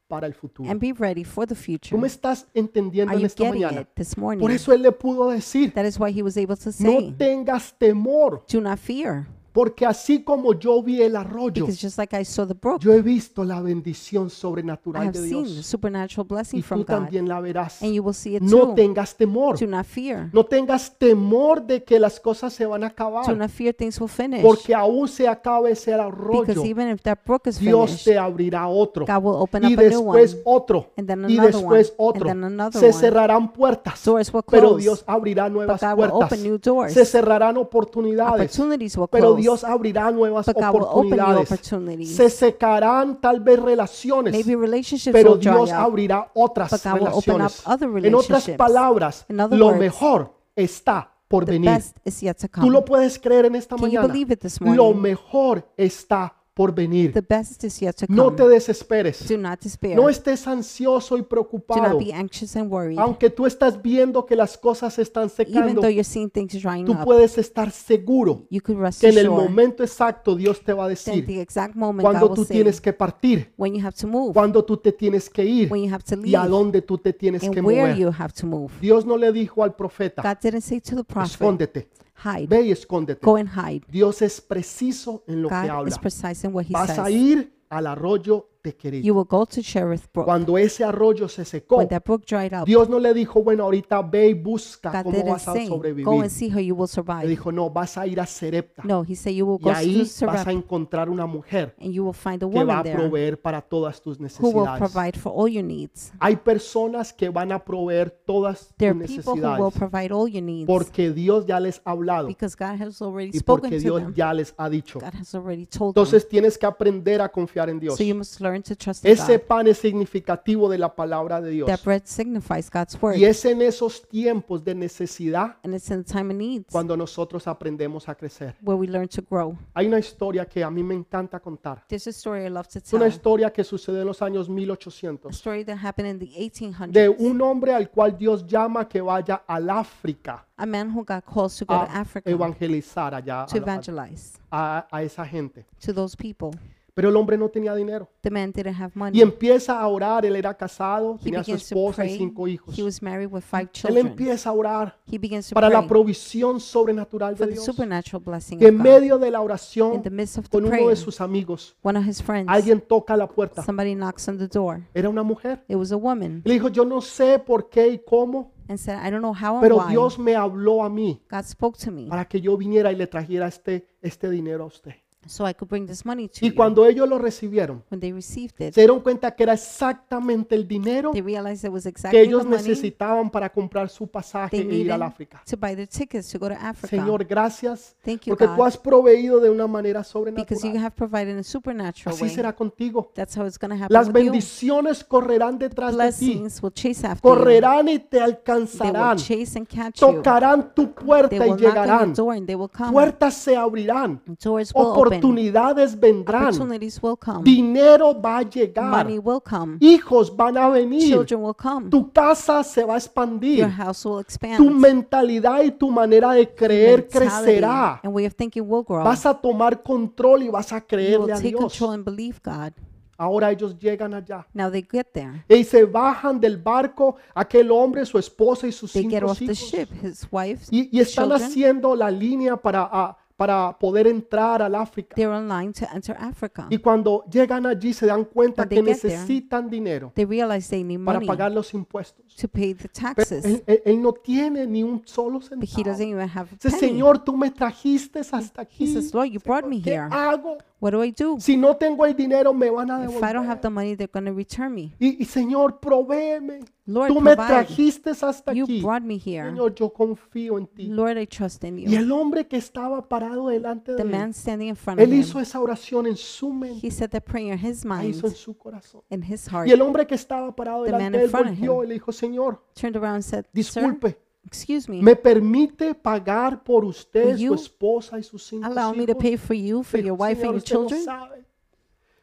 A: para el futuro.
B: and be ready for the future.
A: Tú me estás entendiendo
B: Are
A: en
B: you
A: esta
B: getting
A: mañana.
B: it this morning?
A: Por eso él le pudo decir,
B: that is why he was able to say,
A: no tengas temor,
B: Do not fear,
A: Porque así como yo vi el arroyo,
B: Because just like I saw the brook,
A: yo he visto la bendición
B: I
A: sobrenatural
B: have
A: de
B: seen the
A: Dios.
B: supernatural blessing
A: Y
B: from
A: tú
B: God.
A: también la verás.
B: And you will see it
A: No
B: too.
A: tengas temor.
B: Do not fear.
A: No tengas temor de que las cosas se van a
B: Do
A: acabar.
B: not fear things will finish.
A: Porque aún se acabe ese arroyo,
B: Because even if that brook is
A: Dios
B: finished,
A: te abrirá otro.
B: God will open
A: Y
B: up a new
A: después
B: one.
A: otro.
B: And then
A: Y
B: another
A: después
B: one.
A: otro.
B: And then another
A: Se
B: one.
A: cerrarán puertas.
B: Doors will
A: Pero
B: close.
A: Dios abrirá nuevas
B: God will
A: puertas.
B: open new doors.
A: Se cerrarán oportunidades.
B: Opportunities will
A: Pero
B: close.
A: Dios abrirá nuevas
B: But God will open new
A: oportunidades.
B: opportunities.
A: Se secarán tal vez relaciones.
B: Maybe relationships
A: Pero
B: will dry
A: Dios
B: up.
A: abrirá otras
B: But God will open up
A: relaciones.
B: other
A: En otras
B: relationships.
A: palabras,
B: In other
A: lo
B: words,
A: mejor está por
B: The
A: venir.
B: best is yet to
A: Tú
B: come.
A: lo puedes creer en esta
B: Can you
A: mañana.
B: believe it this
A: Lo
B: morning?
A: mejor está por venir.
B: The best is yet to
A: No
B: come.
A: te desesperes.
B: Do not despair.
A: No
B: Do
A: estés ansioso y preocupado.
B: not be anxious and worried.
A: Aunque tú estás viendo que las cosas se están
B: Even
A: secando,
B: though you're seeing things drying
A: tú
B: up,
A: puedes estar seguro
B: you could rest
A: que en el
B: assured
A: momento exacto Dios te va a
B: that at
A: decir
B: the exact moment God
A: cuando
B: will
A: tú
B: say
A: tienes que partir,
B: when you have to move,
A: cuando tú te tienes que ir
B: when you have to
A: y a
B: leave,
A: dónde tú te tienes que
B: and where
A: mover.
B: you have to move.
A: Dios no le dijo al profeta,
B: God didn't say to the prophet,
A: escóndete,
B: hide,
A: ve y escóndete.
B: go and hide.
A: Dios es preciso en lo que
B: God
A: habla.
B: is precise in what he
A: Vas a
B: says.
A: ir al arroyo de querido.
B: You will go to Cherith Brook.
A: Cuando ese arroyo se secó,
B: When that brook dried up,
A: Dios no le dijo, bueno, ahorita ve y busca
B: God
A: cómo
B: didn't
A: vas a
B: say, go and
A: sobrevivir.
B: see how you
A: Le
B: will survive.
A: dijo, no, vas a ir a Serepta
B: No, he said you will
A: y
B: go to
A: ahí vas a
B: Sarepta
A: encontrar una mujer
B: and you will find a
A: que va
B: woman
A: a
B: there
A: proveer para todas tus
B: who will
A: necesidades.
B: provide for all your needs.
A: Hay personas que van a proveer todas
B: There
A: tus
B: are people who will
A: necesidades
B: provide all your needs
A: porque Dios ya les ha hablado
B: because God has already
A: y
B: spoken
A: porque
B: to
A: Dios
B: them.
A: ya les ha dicho.
B: God has already told them.
A: Entonces tienes que aprender a confiar en Dios.
B: So you must learn to trust in
A: Ese
B: God.
A: pan es significativo de la palabra de Dios.
B: That bread signifies God's word.
A: Y es en esos tiempos de necesidad
B: And it's in the time of needs
A: cuando nosotros aprendemos a crecer.
B: where we learn to grow.
A: Hay una historia que a mí me encanta contar.
B: There's a story I love to
A: Es una
B: tell.
A: historia que sucede en los años
B: A
A: 1800
B: story that happened in the 1800s.
A: de un hombre al cual Dios llama que vaya al África
B: a man who got calls to go to
A: a
B: Africa
A: evangelizar allá a,
B: to
A: la-
B: evangelize
A: a- a esa gente.
B: to those people.
A: Pero el hombre no tenía dinero
B: The man didn't have money.
A: y empieza a orar. Él era casado,
B: he
A: tenía su
B: begins to
A: esposa y
B: pray.
A: cinco hijos.
B: He was married with five
A: Él
B: children.
A: empieza a orar
B: He begins to
A: para la
B: pray
A: provisión sobrenatural
B: for
A: de
B: the
A: Dios.
B: supernatural blessing
A: Que en
B: of God.
A: medio de la
B: In
A: oración
B: the midst of the
A: con uno de
B: prayer,
A: sus amigos,
B: one of his friends,
A: alguien toca la puerta.
B: somebody knocks on the door.
A: Era una mujer.
B: It was a woman
A: Le dijo, yo no sé por qué y cómo,
B: and said, I don't know how and
A: pero
B: why
A: Dios me habló a mí
B: God spoke to me
A: para que yo viniera y le trajera este, este dinero a usted.
B: so I could bring this money to
A: Y
B: you.
A: cuando ellos lo recibieron,
B: When they received it,
A: se dieron cuenta que era exactamente el dinero
B: they realized it was
A: que
B: exactly the
A: ellos
B: money
A: necesitaban para comprar su pasaje
B: they
A: e ir
B: needed
A: al África.
B: to buy their tickets to go to Africa.
A: Señor, gracias
B: Thank you,
A: porque tú
B: God,
A: has proveído de una manera
B: because you
A: sobrenatural.
B: have provided in a supernatural
A: Así
B: way.
A: será contigo.
B: That's how it's going to
A: Las
B: happen with you.
A: bendiciones correrán detrás de ti.
B: Blessings will chase after you.
A: Correrán y te
B: They will
A: alcanzarán.
B: chase and catch you.
A: tocarán tu
B: They
A: puerta y
B: will knock on
A: llegarán.
B: your door and they will come.
A: Puertas se abrirán.
B: Doors will open.
A: Oportunidades vendrán.
B: Opportunities will come.
A: Dinero va a llegar.
B: Money will come.
A: Hijos van a venir.
B: Children will come.
A: Tu casa se va a
B: Your
A: expandir.
B: house will expand.
A: Tu mentalidad y tu manera de creer
B: Mentality
A: crecerá.
B: And way of thinking will grow.
A: Vas a tomar control y vas a
B: you
A: creerle
B: will
A: a
B: take
A: Dios.
B: control and believe God.
A: Ahora ellos llegan allá.
B: Now they get there.
A: Y E se bajan del barco aquel hombre, su esposa y sus
B: They get
A: cinco
B: off the
A: hijos.
B: ship. His wife,
A: Y, y están
B: children,
A: haciendo la línea para, ah, para poder entrar al África.
B: they're on line to enter Africa.
A: Y cuando llegan allí se dan cuenta
B: When
A: que
B: they get there,
A: necesitan dinero
B: They realize they need
A: para
B: money
A: pagar los impuestos.
B: to pay the
A: Pero
B: taxes.
A: él, él- él no tiene ni un solo
B: But he
A: centavo.
B: doesn't even have a
A: Dice,
B: penny.
A: Señor, tú me trajiste hasta
B: He
A: aquí.
B: says, Lord, you brought me
A: ¿Qué
B: here.
A: hago?
B: What do I do?
A: Si no tengo el dinero, me van a
B: If I don't
A: devolver.
B: have the money, they're going to return me.
A: Y, y, Señor, provéeme.
B: Lord,
A: Tú me
B: provide.
A: trajiste hasta
B: You
A: aquí.
B: brought me here.
A: Señor, yo confío en ti.
B: Lord, I trust in
A: Y
B: you.
A: el hombre que estaba parado delante de
B: The
A: él,
B: man standing in front of
A: él
B: him,
A: hizo esa oración en su mente,
B: he said that prayer in his
A: la hizo en
B: mind,
A: su corazón.
B: in his heart,
A: Y el hombre que estaba parado
B: The man
A: delante de
B: in
A: él
B: front of
A: volvió
B: him.
A: y le dijo, Señor,
B: turned around and said, Sir,
A: disculpe,
B: excuse me,
A: ¿me permite pagar por usted,
B: Will
A: su
B: you
A: esposa y sus cinco
B: allow me to
A: hijos?
B: pay for you, for
A: Dijo,
B: your wife and
A: "Señor,
B: your
A: usted no
B: children?
A: sabe.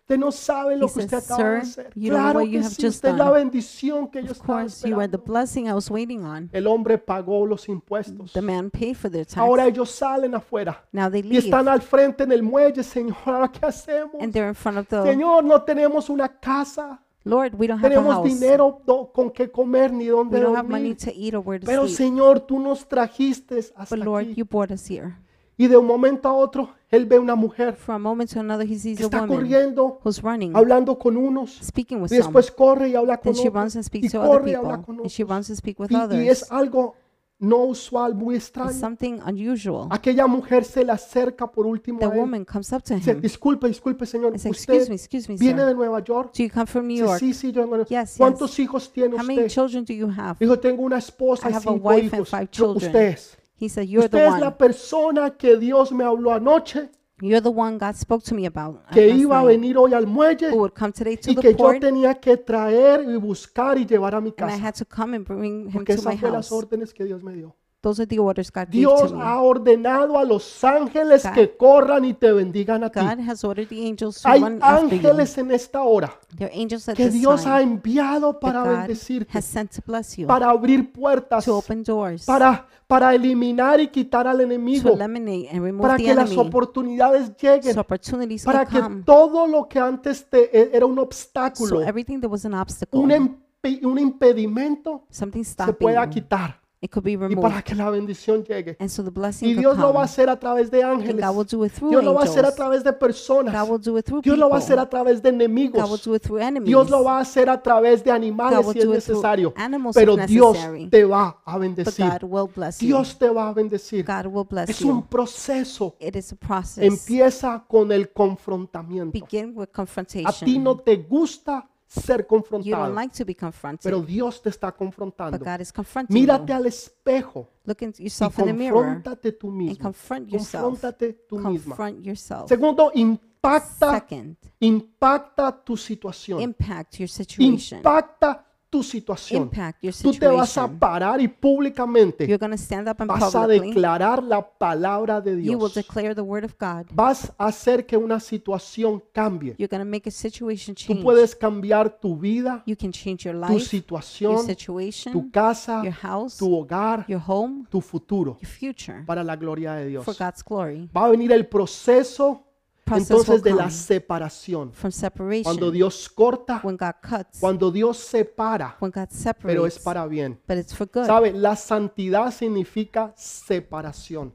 A: Usted no sabe lo
B: He
A: que usted
B: says,
A: acaba de
B: "Sir,
A: hacer.
B: you don't know
A: Claro
B: what you
A: que
B: have
A: sí,
B: just
A: usted es la
B: done.
A: bendición que yo
B: Of
A: estaba
B: course, you are the
A: esperando.
B: blessing I was waiting on.
A: El hombre pagó los impuestos.
B: The man paid for their tax.
A: Ahora ellos salen afuera
B: Now they
A: y
B: leave,
A: están al frente en el muelle, Señor, ¿ahora qué hacemos?
B: and they're in front of the
A: Señor, no tenemos una casa,
B: Lord. We don't have a
A: tenemos
B: house.
A: dinero do- con qué comer ni
B: We
A: dónde
B: don't have money
A: dormir.
B: to eat or where to
A: Pero
B: sleep.
A: Señor, tú nos trajiste hasta
B: But Lord,
A: aquí.
B: you brought us here.
A: Y de un momento a otro, él ve una mujer
B: From a moment to another, he sees
A: que
B: a
A: está
B: woman
A: corriendo,
B: who's running,
A: hablando con unos,
B: speaking with
A: y
B: someone.
A: después corre y habla con
B: Then she
A: otros,
B: runs
A: y
B: and speaks to other
A: corre y habla
B: people,
A: con
B: and she
A: otros.
B: runs and speaks with
A: Y, y
B: others.
A: es algo no usual, muy
B: It's
A: extraño.
B: something unusual.
A: Aquella mujer se le acerca por último
B: The
A: a él.
B: woman comes up to
A: Dice,
B: him
A: disculpe, disculpe, señor,
B: and says, "Excuse
A: usted
B: me, excuse me,
A: viene
B: sir.
A: de Nueva York.
B: Do you come from New
A: Dice,
B: York?
A: sí, sí, yo de Nueva York.
B: Yes, yes.
A: ¿Cuántos hijos tiene
B: How many
A: usted?
B: children do you have?"
A: Dijo, tengo una esposa
B: I
A: y
B: have a
A: cinco
B: wife and
A: hijos.
B: five
A: Yo,
B: children.
A: usted es.
B: He said, "You're the
A: Usted es la
B: one.
A: persona que Dios me habló anoche,
B: You're the one God spoke to me about uh,
A: que
B: last
A: iba a
B: night,
A: venir hoy al muelle
B: who would come today to
A: y
B: the
A: e que yo
B: port,
A: tenía que traer y buscar y llevar a mi
B: and I
A: casa.
B: had to come and bring him
A: Porque
B: to my
A: esas fueron las
B: house."
A: órdenes que Dios me dio.
B: Those are the orders God gave
A: Dios
B: to me.
A: ha ordenado a los ángeles
B: God-
A: que corran y te bendigan a ti.
B: God has ordered the angels to
A: Hay
B: run after you.
A: ángeles en esta hora
B: There are angels at
A: que
B: this
A: Dios ha
B: time
A: enviado
B: that
A: para
B: God
A: bendecirte,
B: has sent to bless you,
A: para abrir puertas,
B: to open doors, to
A: para, para eliminar y quitar al enemigo,
B: eliminate and
A: para
B: remove the
A: que las
B: enemy,
A: oportunidades lleguen,
B: so opportunities
A: para
B: can
A: que
B: come.
A: todo lo que antes te e- era un
B: So
A: obstáculo,
B: everything that was an
A: un,
B: obstacle,
A: empe- un impedimento,
B: something
A: se
B: stopping
A: pueda
B: you,
A: quitar
B: it could be
A: y para
B: removed.
A: que la bendición llegue.
B: And so the
A: Y
B: blessing could
A: Dios lo va a
B: come.
A: hacer a través de
B: And
A: ángeles.
B: God will do it through
A: Dios lo va a hacer a
B: angels.
A: través de
B: God
A: personas.
B: will do it through
A: Dios lo va a hacer
B: people.
A: a través de
B: God will
A: enemigos.
B: do it through
A: Dios
B: enemies.
A: lo va a hacer a través de animales
B: God will
A: si es
B: do it through
A: necesario.
B: animals if
A: Pero Dios
B: necessary.
A: te va a
B: But
A: bendecir.
B: God will bless you.
A: Dios te va a bendecir.
B: God will bless
A: Es un
B: you.
A: proceso.
B: It is a process.
A: Empieza con el confrontamiento.
B: Begin with
A: A ti
B: confrontation.
A: no te gusta ser
B: You don't
A: confrontado,
B: like to be
A: pero
B: confronted,
A: Dios te está
B: but
A: confrontando.
B: God is confronting
A: Mírate
B: you.
A: al espejo
B: Look into
A: y
B: yourself in the mirror
A: confróntate tú
B: and
A: mismo.
B: confront yourself.
A: Confróntate tú misma.
B: Confront yourself.
A: Segundo, impacta,
B: Second,
A: impacta tu situación.
B: impact your situation.
A: Impacta tu situación.
B: Impact your
A: Tú te vas a
B: situation.
A: parar y públicamente
B: You're going to stand up and
A: vas a
B: publicly.
A: declarar la palabra de
B: You will
A: Dios.
B: declare the word of God.
A: Vas a hacer que una situación cambie.
B: You're going to make a situation
A: Tú
B: change.
A: puedes cambiar tu vida,
B: You can change your
A: tu
B: life, your
A: situación, tu
B: situation,
A: casa,
B: your house,
A: tu hogar,
B: your home,
A: tu futuro
B: your future
A: para la gloria de Dios.
B: for God's glory.
A: Va a venir el proceso
B: Process will
A: entonces de la
B: come
A: separación. Cuando
B: from separation.
A: Dios corta,
B: When God cuts,
A: cuando Dios separa,
B: when God
A: pero es
B: separates,
A: para bien.
B: but it's for good.
A: ¿Sabe? La santidad significa separación.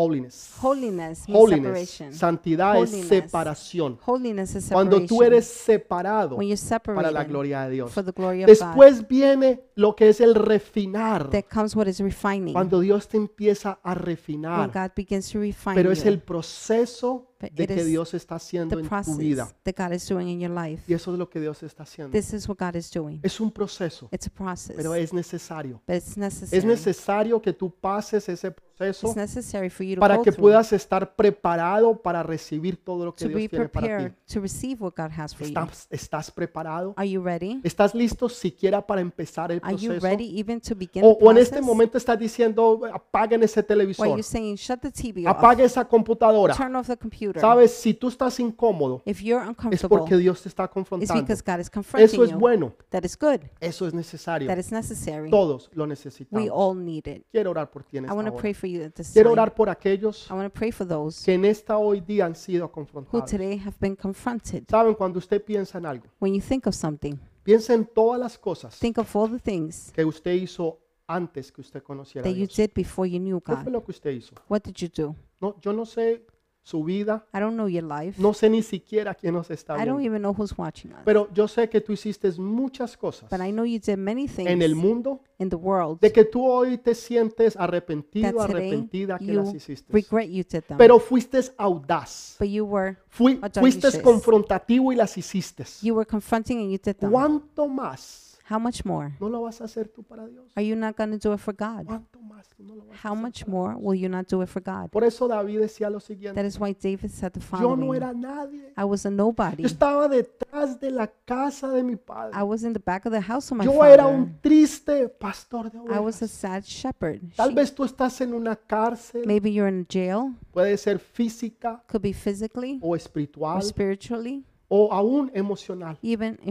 A: Holiness.
B: Holiness means
A: Holiness.
B: separation.
A: Santidad es
B: Holiness.
A: separación.
B: Holiness is
A: Cuando tú
B: separation.
A: eres separado
B: When you're
A: para la
B: separated
A: gloria de Dios.
B: for the glory of God,
A: Después viene lo que es el refinar.
B: that comes what is refining.
A: Cuando Dios te empieza a
B: When
A: refinar.
B: Oh God begins to refine
A: Pero es el
B: you,
A: proceso
B: But
A: de
B: it
A: que
B: is
A: Dios está haciendo
B: the
A: en tu
B: process
A: vida.
B: that God is doing in your life.
A: Y eso es lo que Dios está haciendo.
B: This is what God is doing.
A: Es un proceso,
B: It's a process,
A: pero
B: but
A: es necesario.
B: it's necessary.
A: Es necesario que tú pases ese proceso
B: It's necessary for you to
A: para
B: go
A: que
B: through
A: puedas estar preparado para recibir todo lo que
B: to
A: Dios
B: be
A: tiene para
B: prepared
A: ti.
B: to receive what God has for you.
A: ¿Estás, estás preparado?
B: Are you ready?
A: ¿Estás listo siquiera para empezar el
B: Are you
A: proceso?
B: ready even to begin
A: O,
B: the
A: o en este
B: process?
A: momento estás diciendo, apaguen ese
B: Why
A: televisor,
B: you're saying shut the TV off,
A: apague esa computadora.
B: turn off the computer.
A: Sabes, si tú estás incómodo,
B: If you're
A: es porque
B: uncomfortable,
A: Dios te está
B: it's
A: confrontando.
B: because God is confronting
A: Eso es
B: you.
A: bueno,
B: That is good.
A: eso es necesario.
B: That is necessary.
A: Todos lo
B: We
A: necesitamos.
B: all need it.
A: Quiero orar por ti en
B: I
A: esta
B: want to
A: hora.
B: pray for you at this
A: Quiero
B: time.
A: orar por aquellos
B: I want to pray for those
A: que en esta hoy día han sido
B: who
A: confrontados.
B: today have been confronted.
A: Saben, cuando usted piensa en algo,
B: When you think of something,
A: piensa en todas las cosas
B: think of all the things
A: que usted hizo antes que usted conociera a
B: that you
A: Dios.
B: did before you knew
A: ¿Qué fue
B: God.
A: lo que usted hizo?
B: What did you do?
A: No, yo no sé su vida,
B: I don't know your life.
A: no sé ni siquiera quién nos está
B: I don't
A: viendo,
B: even know who's watching us.
A: pero yo sé que tú hiciste muchas cosas
B: But I know you did many
A: en el
B: things
A: mundo
B: in the world
A: de que tú hoy te sientes arrepentido,
B: that today
A: arrepentida que las
B: you
A: hiciste.
B: regret you did them.
A: Pero fuiste audaz,
B: But you were
A: fui-
B: audacious.
A: fuiste confrontativo y las hiciste.
B: you were confronting and you did them.
A: ¿Cuánto más
B: How much more?
A: no lo vas a hacer tú para Dios?
B: Are you not going to do it for God?
A: ¿Cuánto más no lo vas a
B: How
A: hacer?
B: much more will you not do it for God?
A: Por eso David decía lo siguiente,
B: That is why David said the
A: yo no
B: following
A: era nadie.
B: I was a
A: Yo
B: nobody.
A: estaba detrás de la casa de mi
B: I
A: padre.
B: was in the back of the house of my
A: Yo era
B: father.
A: un triste pastor de
B: I was a
A: ovejas.
B: sad shepherd.
A: Tal
B: She-
A: vez tú estás en una cárcel,
B: Maybe you're in jail,
A: puede ser física
B: could be physically
A: o
B: or
A: espiritual
B: spiritually,
A: o aún emocional.
B: even
A: Tal vez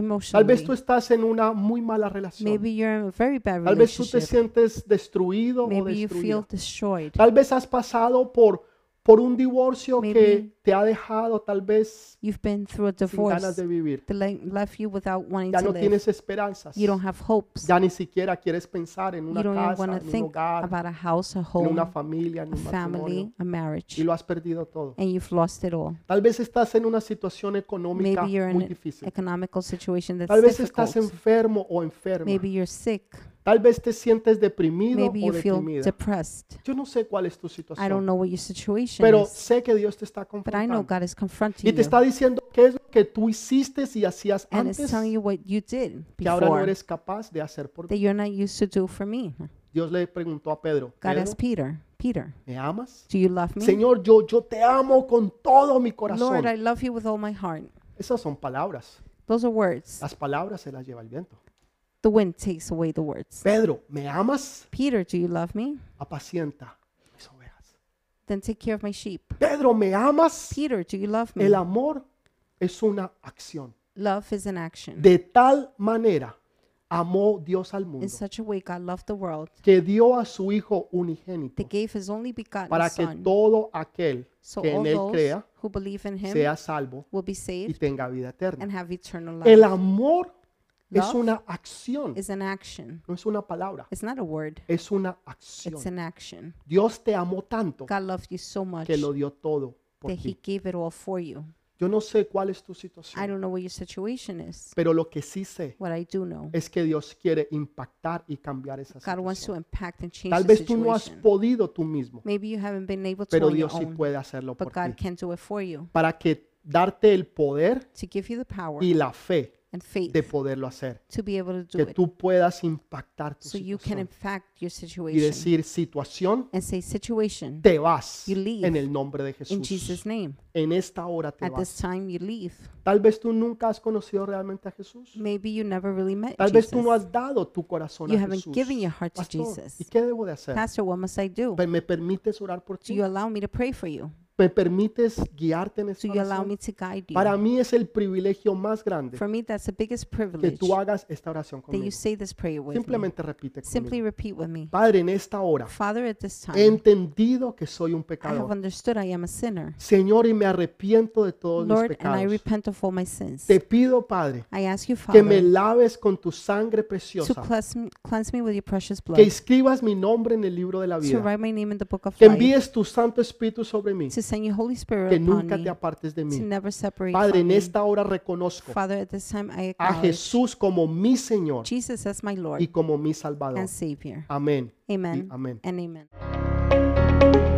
A: tú
B: emotionally.
A: estás en una muy mala relación.
B: Maybe you're in a very bad
A: Tal vez tú te
B: relationship.
A: sientes destruido o
B: Maybe you feel
A: destruida.
B: destroyed.
A: Tal vez has pasado por por un divorcio que
B: Maybe
A: te ha dejado tal vez
B: You've been through a
A: sin ganas
B: divorce.
A: de vivir.
B: They le- left you without wanting
A: Ya
B: to
A: no
B: live.
A: tienes esperanzas.
B: You don't have hopes.
A: Ya ni siquiera quieres pensar en una
B: You don't even
A: casa,
B: want to
A: en un
B: think
A: hogar,
B: about a house, a
A: en una
B: home,
A: familia, en
B: a
A: un matrimonio.
B: family, a marriage.
A: Y lo has perdido todo.
B: And you've lost it all.
A: Tal vez estás en una situación económica
B: Maybe you're in
A: muy
B: an
A: difícil.
B: economical situation that's
A: Tal vez estás
B: difficult.
A: enfermo o enferma.
B: Maybe you're sick.
A: Tal vez te sientes deprimido
B: Maybe
A: o
B: you feel
A: deprimida.
B: depressed.
A: Yo no sé cuál es tu
B: I don't
A: situación,
B: know what your situation
A: pero
B: is.
A: sé que Dios te está
B: But I know
A: confrontando
B: God is
A: y
B: confronting
A: te
B: you.
A: está diciendo qué es lo que tú hiciste y hacías
B: And
A: antes
B: it's telling you what you did
A: que ahora no
B: before
A: eres capaz de hacer por ti.
B: that you're not used to do for me.
A: Dios le preguntó a Pedro,
B: God
A: "Pedro,
B: asked Peter, Peter,
A: ¿me amas?
B: do you love me?
A: Señor, yo, yo te amo con todo mi
B: Lord, I
A: corazón.
B: love you with all my heart.
A: Esas son palabras.
B: Those are words.
A: Las palabras se las lleva el viento.
B: The wind takes away the words.
A: Pedro, ¿me amas?
B: Peter, do you love me?
A: Apacienta mis ovejas.
B: Then take care of my sheep.
A: Pedro, ¿me amas?
B: Peter, do you love me?
A: El amor es una acción.
B: Love is an action.
A: De tal manera amó Dios al mundo
B: In such a way, God loved the world
A: que dio a su Hijo
B: that
A: unigénito
B: gave his only begotten
A: para que
B: Son.
A: todo aquel
B: So
A: que
B: all
A: en Él
B: those
A: crea
B: who believe in him
A: sea salvo
B: will be
A: y
B: saved
A: tenga vida
B: and
A: eterna.
B: have eternal
A: El
B: life.
A: amor es
B: Love
A: una acción,
B: Is an action.
A: no es una palabra,
B: It's not a word.
A: es una
B: It's
A: acción.
B: an action.
A: Dios te amó tanto
B: God loved you so much
A: que lo
B: that
A: dio todo por
B: he
A: ti.
B: gave it all for you.
A: Yo no sé cuál es tu
B: I
A: situación,
B: don't know what your situation is.
A: pero lo que sí sé
B: What I do know,
A: es que Dios quiere impactar y cambiar esa
B: God wants to
A: situación.
B: impact and change
A: Tal
B: the
A: vez tú no has
B: situation.
A: podido tú mismo,
B: Maybe you haven't been able to
A: pero
B: on your
A: Dios sí
B: own,
A: puede hacerlo
B: but
A: por
B: God
A: ti.
B: can do it for you
A: Para que darte el poder
B: to give you the power
A: y la fe
B: and faith
A: de poderlo hacer.
B: to be able to do
A: Que
B: it.
A: tú puedas impactar tu
B: So you
A: situación
B: can impact your
A: y
B: situation
A: decir, situación,
B: and say, situation,
A: te vas
B: You leave.
A: en el nombre de
B: in
A: Jesús.
B: Jesus' name.
A: En esta hora te
B: At this
A: vas.
B: time, you leave.
A: Tal vez tú nunca has conocido realmente a Jesús.
B: Maybe you never really met
A: Tal vez tú no
B: Mm, Jesus.
A: has dado tu corazón
B: You
A: a
B: haven't
A: Jesús.
B: given your heart to
A: Pastor,
B: Jesus.
A: ¿Y qué debo de hacer?
B: Pastor, what must I do?
A: Pe- ¿Me permites orar por
B: Do
A: ti?
B: you allow me to pray for you?
A: ¿Me permites guiarte en
B: Do
A: esta
B: you allow
A: oración?
B: me to guide
A: Para
B: you?
A: mí es el privilegio más grande
B: For me, that's the biggest
A: que
B: privilege
A: tú
B: that
A: hagas esta oración
B: you
A: conmigo.
B: say this prayer with me.
A: Simplemente repite
B: Simply
A: conmigo.
B: repeat with me.
A: Padre, en esta hora
B: Father, at this
A: he
B: time,
A: entendido que soy un
B: I have
A: pecador.
B: understood I am a sinner.
A: Señor, y me arrepiento de todos mis
B: Lord, and I
A: pecados.
B: repent of all my sins.
A: Te pido, Padre,
B: I ask you,
A: que me
B: Father,
A: laves con tu sangre
B: to
A: preciosa,
B: cleanse, me- cleanse me with your precious
A: que
B: blood,
A: escribas mi nombre en el libro de la
B: to
A: vida,
B: write my name in the book of
A: que
B: life,
A: envíes tu Santo Espíritu sobre mí,
B: to send your Holy Spirit
A: que
B: upon
A: nunca te
B: me,
A: apartes de
B: to
A: mí.
B: never separate
A: Padre,
B: from
A: en
B: me.
A: esta hora reconozco
B: Father, at this time, I
A: a
B: acknowledge
A: Jesús como mi Señor
B: Jesus as my Lord
A: y como mi Salvador.
B: and Savior.
A: Amén. y
B: Amen
A: Amén.
B: and amen.